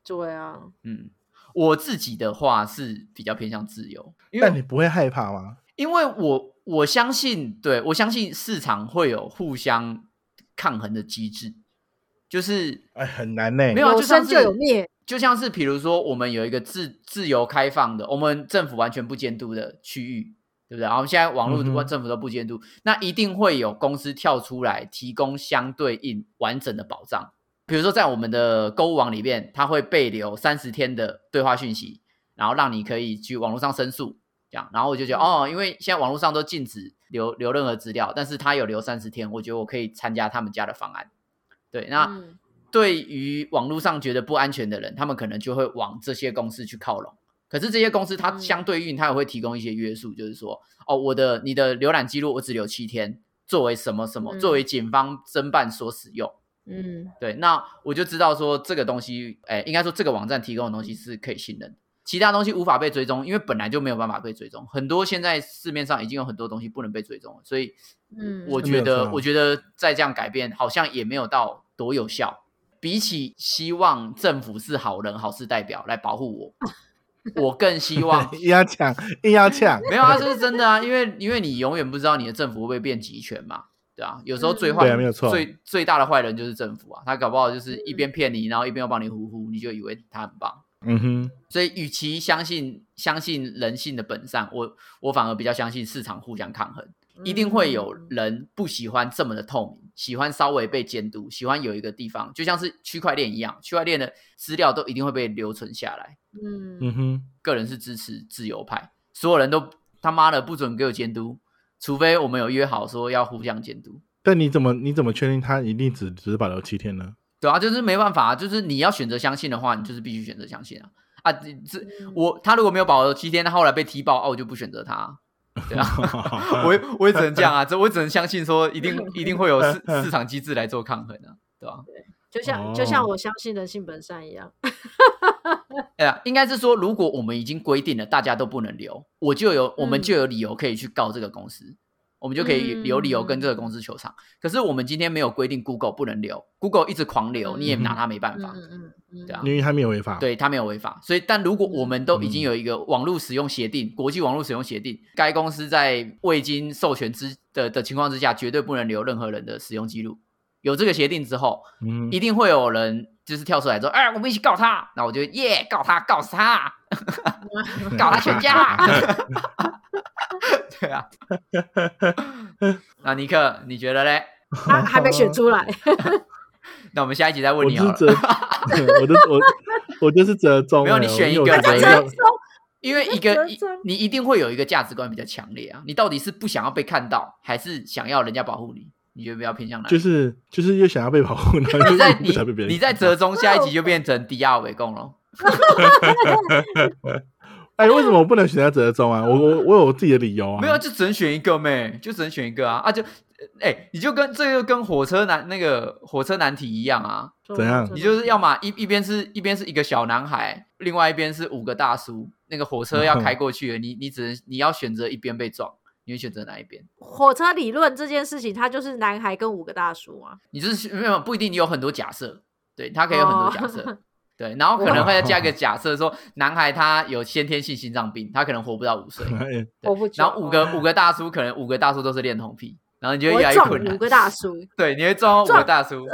Speaker 2: 对啊，
Speaker 3: 嗯，我自己的话是比较偏向自由，因
Speaker 1: 但你
Speaker 3: 为
Speaker 1: 不会害怕吗？
Speaker 3: 因为我我相信，对我相信市场会有互相抗衡的机制，就是
Speaker 1: 哎，很难呢、
Speaker 3: 没有啊，
Speaker 2: 有
Speaker 3: 就像
Speaker 2: 生
Speaker 3: 是
Speaker 2: 就有灭，
Speaker 3: 就像是比如说我们有一个自自由开放的，我们政府完全不监督的区域，对不对？然后现在网
Speaker 1: 嗯
Speaker 3: 络
Speaker 1: 哼
Speaker 3: 政府都不监督，那一定会有公司跳出来提供相对应完整的保障。比如说在我们的购物网里面，它会备留三十天的对话讯息，然后让你可以去网络上申诉，这样。然后我就觉
Speaker 1: 嗯
Speaker 3: 得、哦，因为现在网络上都禁止留留任何资料，但是他有留三十天，我觉得我可以参加他们家的方案。对，那。
Speaker 2: 嗯
Speaker 3: 对于网络上觉得不安全的人，他们可能就会往这些公司去靠拢。可是这些公司它
Speaker 2: 嗯
Speaker 3: 相对应，它也会提供一些约束，就是说，哦，我的你的浏览记录我只留七天，作为什么什么，
Speaker 2: 嗯
Speaker 3: 作为警方侦办所使用。
Speaker 2: 嗯，
Speaker 3: 对，那我就知道说这个东西，哎，应该说这个网站提供的东西是可以信任的，其他东西无法被追踪，因为本来就没有办法被追踪。很多现在市面上已经有很多东西不能被追踪了，所以，
Speaker 2: 嗯
Speaker 3: 我
Speaker 1: 没
Speaker 3: 觉
Speaker 1: 有
Speaker 3: 得，
Speaker 1: 错啊
Speaker 3: 我觉得再这样改变，好像也没有到多有效。比起希望政府是好人好事代表来保护
Speaker 1: <laughs>
Speaker 3: 我，我更希望
Speaker 1: 硬要抢，硬要抢，
Speaker 3: 啊没有啊，这是真的啊，因为因为你永远不知道你的政府会不会变集权嘛，对啊，有时候最
Speaker 2: 嗯
Speaker 3: 坏、
Speaker 1: 对啊没有嗯错
Speaker 3: 最最大的坏人就是政府啊，他搞不好就是一边骗你，然后一边又帮你呼呼，你就以为他很棒。
Speaker 1: 嗯哼，
Speaker 3: 所以，与其相信相信人性的本善，我我反而比较相信市场互相抗衡，一定会有
Speaker 2: 嗯
Speaker 3: 人不喜欢这么的透明，喜欢稍微被监督，喜欢有一个地方，就像是区块链一样，区块链的资料都一定会被留存下来。
Speaker 2: 嗯
Speaker 1: 嗯哼，
Speaker 3: 个人是支持自由派，所有人都他妈的不准给我监督，除非我们有约好说要互相监督。
Speaker 1: 但你怎么你怎么确定他一定只只保留七天呢？ <laughs>
Speaker 3: 对啊，就是没办法啊，就是你要选择相信的话，你就是必须选择相信啊啊！这这
Speaker 2: 嗯
Speaker 3: 我他如果没有保留七天，他后来被踢爆，啊，我就不选择他啊、对啊，我也我也只能这样啊，这我只能相信说一定一定会有市市场机制来做抗衡啊，对吧、
Speaker 2: 就像就像
Speaker 1: 哦
Speaker 2: 我相信人性本善一样，
Speaker 3: 哎呀，应该是说，如果我们已经规定了大家都不能留，我就有我们
Speaker 2: 嗯
Speaker 3: 就有理由可以去告这个公司，我们就可以有理由跟这个公司求偿。可是我们今天没有规定 Google 不能留，Google 一直狂留，你也拿他没办
Speaker 2: 嗯
Speaker 3: 法。
Speaker 2: 嗯嗯，
Speaker 3: 对啊
Speaker 1: 因为他没有违法，，
Speaker 3: 对他没有违法，所以但如果我们都已经
Speaker 1: 嗯
Speaker 3: 有一个网络使用协定，国际网络使用协定，该公司在未经授权之的的情况之下，绝对不能留任何人的使用记录。有这个协定之后，
Speaker 1: 嗯
Speaker 3: 一定会有人就是跳出来说：“哎，我们一起告他。”那我就耶，告他，告
Speaker 1: <laughs>
Speaker 3: 死他，
Speaker 1: 哼，
Speaker 3: 搞他全
Speaker 1: <laughs>
Speaker 3: 家。对啊，那尼克，你觉得嘞？
Speaker 2: 他还
Speaker 1: <laughs>
Speaker 2: 没选出来， <laughs>
Speaker 3: 那我们下一集再问
Speaker 1: 我
Speaker 3: 你
Speaker 1: 就
Speaker 3: 好
Speaker 1: 是
Speaker 3: 了。
Speaker 1: 折， <laughs> 我就我我就是折中
Speaker 3: 没
Speaker 1: 了，
Speaker 3: 有你选一
Speaker 1: 因
Speaker 3: 个
Speaker 1: 为我觉得要
Speaker 3: 你折
Speaker 2: 真
Speaker 3: 中
Speaker 2: 松，
Speaker 3: 因为一个
Speaker 2: 折
Speaker 3: 一
Speaker 2: 中
Speaker 3: 你一定会有一个价值观比较强烈啊，你到底是不想要被看到，还是想要人家保护你？你觉得比较偏向哪里？
Speaker 1: 就是就是又想要被保护，然后
Speaker 3: 你 <laughs> 在
Speaker 1: 又不想被别
Speaker 3: 你
Speaker 1: 人。
Speaker 3: 你在折中，下一集就变成迪亚围攻了。
Speaker 1: 哎，为什么我不能选择折中啊？我我我有我自己的理由啊。
Speaker 3: 没有，就只能选一个妹，就只能选一个啊啊就，哎、你就跟这就跟火车难那个火车难题一样啊，
Speaker 1: 怎样
Speaker 3: 你就是要么一一边是一边是一个小男孩，另外一边是五个大叔，那个火车要开过去了，你你只能你要选择一边被撞，你会选择哪一边？
Speaker 2: 火车理论这件事情，它就是男孩跟五个大叔啊，
Speaker 3: 你就是没有不一定你有很多假设，对他可以有很多假设。
Speaker 2: 哦
Speaker 3: 对，然后可能会再加一个假设，说男孩他有先天性心脏病，他可能活不到
Speaker 1: <laughs>
Speaker 3: 五岁。
Speaker 1: <laughs> 哎
Speaker 3: 对
Speaker 2: 活不久
Speaker 3: 然后五个五个大叔，可能五个大叔都是恋童癖，然后你就会
Speaker 2: 我
Speaker 3: 越来越
Speaker 2: 撞
Speaker 3: 困难
Speaker 2: 五。个大叔，
Speaker 3: 对，你会撞到五
Speaker 2: 撞呃
Speaker 3: 个大叔，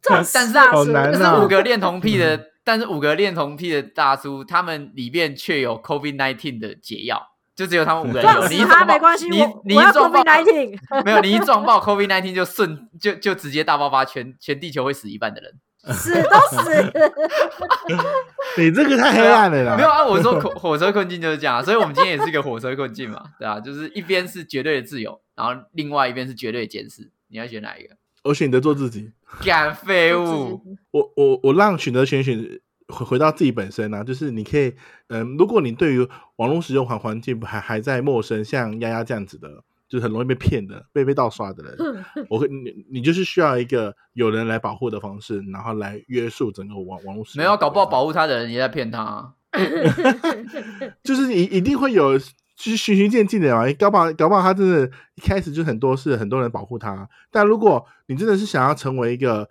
Speaker 2: 撞死
Speaker 3: 是
Speaker 2: 大
Speaker 1: 好
Speaker 2: 叔，
Speaker 1: 难
Speaker 3: 但
Speaker 1: 啊
Speaker 3: 是五个恋童癖
Speaker 1: 嗯
Speaker 3: 的，但是五个恋童癖的大叔，他们里面却有 COVID nineteen 的解药，就只有他们五个人
Speaker 2: 撞
Speaker 3: 有。你一
Speaker 2: 死
Speaker 3: 撞
Speaker 2: 他
Speaker 3: 爆
Speaker 2: 没关系，
Speaker 3: 你
Speaker 2: 我
Speaker 3: 你
Speaker 2: 我
Speaker 3: 一
Speaker 2: 要
Speaker 3: 撞
Speaker 2: COVID
Speaker 3: 爆 <laughs>
Speaker 2: nineteen，
Speaker 3: 没有，你一撞爆 COVID nineteen 就瞬就就直接大爆发，全全地球会死一半的人。
Speaker 2: 死都死，
Speaker 1: 你这个太黑暗了啦。
Speaker 3: 没有啊，我说火火车困境就是这样啊，所以我们今天也是一个火车困境嘛，对啊，就是一边是绝对的自由，然后另外一边是绝对的监视，你要选哪一个？
Speaker 2: <laughs>
Speaker 1: 我选择做自己。
Speaker 3: 干废物，
Speaker 1: 我我我让选择权选回回到自己本身啊，就是你可以，嗯，如果你对于网络使用环环境还还在陌生，像丫丫这样子的，就是很容易被骗的、被被盗刷的人，我会你你就是需要一个有人来保护的方式，然后来约束整个网网络使用。
Speaker 3: 没有，啊搞不好保护他的人也在骗他啊。
Speaker 1: 就是一一定会有就是循序渐进的嘛，啊搞不好搞不好他真的一开始就很多是很多人保护他，但如果你真的是想要成为一个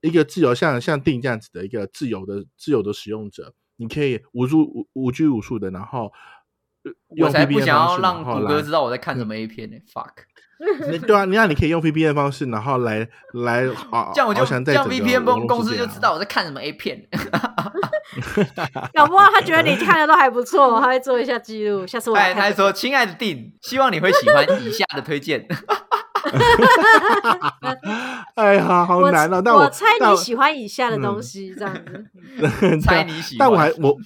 Speaker 1: 一个自由像像定这样子的一个自由的自由的使用者，你可以无拘无无拘无束的，然后呃
Speaker 3: 我
Speaker 1: 用
Speaker 3: 才
Speaker 1: VPN
Speaker 3: 不
Speaker 1: 的
Speaker 3: 想要
Speaker 1: 方式
Speaker 3: 让
Speaker 1: 然后
Speaker 3: 谷
Speaker 1: 来嗯
Speaker 3: 歌知道我在看什么 A 片呢、fuck，
Speaker 1: 你对啊，你让你可以用 VPN 的方式，然后来来啊，
Speaker 3: <laughs> 这样我就
Speaker 1: 翱翔
Speaker 3: 这
Speaker 1: 在
Speaker 3: 样
Speaker 1: 整个网
Speaker 3: VPN 公
Speaker 1: 络
Speaker 3: 公司
Speaker 1: 世界
Speaker 3: 就
Speaker 1: 啊
Speaker 3: 知道我在看什么 A 片。
Speaker 2: 搞不好他觉得你看的都还不错，他会做一下记录，下次我
Speaker 3: 哎，
Speaker 2: 来
Speaker 3: 他还
Speaker 2: 看。
Speaker 3: 说：“亲爱的定，希望你会喜欢以下的推
Speaker 1: <laughs>
Speaker 3: 荐。
Speaker 1: 哎呀，好
Speaker 2: 我
Speaker 1: 难啊！但
Speaker 2: 我
Speaker 1: 我
Speaker 2: 猜
Speaker 1: 但
Speaker 2: 你
Speaker 1: 我 <laughs>
Speaker 2: 喜欢以下的
Speaker 1: 嗯
Speaker 2: 东西，这样子。
Speaker 3: <laughs> 猜你喜欢。”
Speaker 1: 但我还我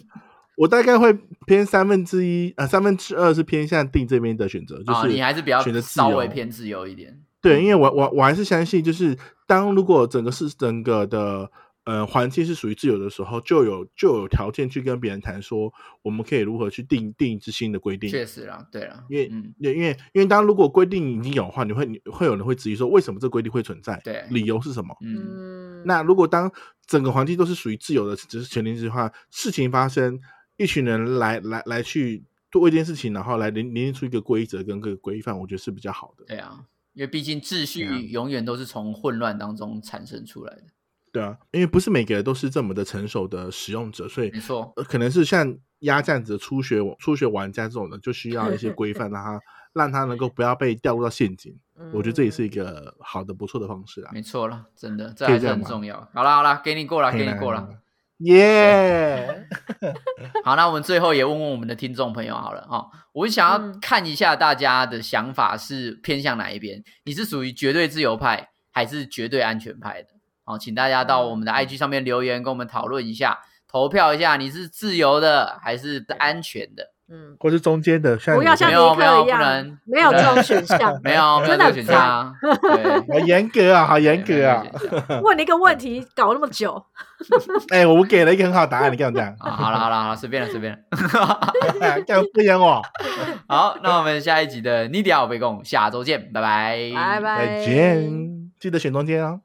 Speaker 1: 我大概会偏三分之一啊，三分之二是偏向定这边的选择，就
Speaker 3: 啊、
Speaker 1: 是
Speaker 3: 你还是比较
Speaker 1: 选择自
Speaker 3: 稍微
Speaker 1: 由
Speaker 3: 偏自由一点。
Speaker 1: 对，因为我我我还是相信，就是当如果整个是整个的呃环境是属于自由的时候，就有就有条件去跟别人谈说，我们可以如何去定定一支新的规定。
Speaker 3: 确实啦，对啦，
Speaker 1: 因为
Speaker 3: 嗯，
Speaker 1: 对，因为因为当如果规定已经有的话，你会你会有人会质疑说，为什么这规定会存在？
Speaker 3: 对
Speaker 1: 理由是什么？
Speaker 3: 嗯，
Speaker 2: 嗯，
Speaker 1: 那如果当整个环境都是属于自由的只是前提之下，事情发生，一群人来来来去做一件事情，然后来凝凝练出一个规则跟个规范，我觉得是比较好的。
Speaker 3: 对啊，因为毕竟秩序
Speaker 1: 对啊
Speaker 3: 永远都是从混乱当中产生出来的。
Speaker 1: 对啊，因为不是每个人都是这么的成熟的使用者，所以
Speaker 3: 没错，
Speaker 1: 呃可能是像鸭这样子的初学初学玩家这种的，就需要一些规
Speaker 3: <laughs>
Speaker 1: 范，让他让他能够不要被掉入到陷阱。
Speaker 2: 嗯
Speaker 1: 我觉得这也是一个好的不错的方式啊。
Speaker 3: 嗯没错啦，真的，这
Speaker 1: 可以
Speaker 3: 还
Speaker 1: 这
Speaker 3: 是
Speaker 1: 样
Speaker 3: 很
Speaker 1: 吗
Speaker 3: 重要。好啦好啦，给你过了，
Speaker 1: 可
Speaker 3: 给
Speaker 1: 以
Speaker 3: 你
Speaker 1: 啦
Speaker 3: 过，
Speaker 1: 可以
Speaker 3: 了
Speaker 1: 啦。耶！
Speaker 2: <laughs>
Speaker 3: 好，那我们最后也问问我们的听众朋友好了哈、哦，我想要
Speaker 2: 嗯
Speaker 3: 看一下大家的想法是偏向哪一边，你是属于绝对自由派还是绝对安全派的？好、请大家到
Speaker 2: 嗯
Speaker 3: 我们的 IG 上面留言，跟我们讨论一下，投票一下，你是自由的还是安全的？
Speaker 2: 嗯，
Speaker 1: 或是中间的，像
Speaker 2: 不要
Speaker 1: 有
Speaker 2: 像
Speaker 3: 没
Speaker 2: 尼
Speaker 3: 有没有
Speaker 2: 克一
Speaker 3: 不
Speaker 2: 样
Speaker 3: 能，
Speaker 2: 没有
Speaker 3: 不
Speaker 2: 这
Speaker 3: 能
Speaker 2: 种选项。
Speaker 3: <laughs> 没有，没有
Speaker 2: <laughs> 真的
Speaker 3: 这个选项啊，对，
Speaker 2: <laughs>
Speaker 1: 好严格啊，好严格啊
Speaker 3: 对！没有这个选项
Speaker 2: 问你一个问题，搞那么久，
Speaker 1: 哎、我们给了一个很好答案，你干嘛这样？ <laughs> 哎
Speaker 3: 啊，好了好了好了，随便了随便了。
Speaker 1: 干嘛敷衍我？
Speaker 3: 好，那我们下一集的尼迪奥被供，下周见，拜拜，
Speaker 2: 拜拜，
Speaker 1: 哎再见，记得选中间哦。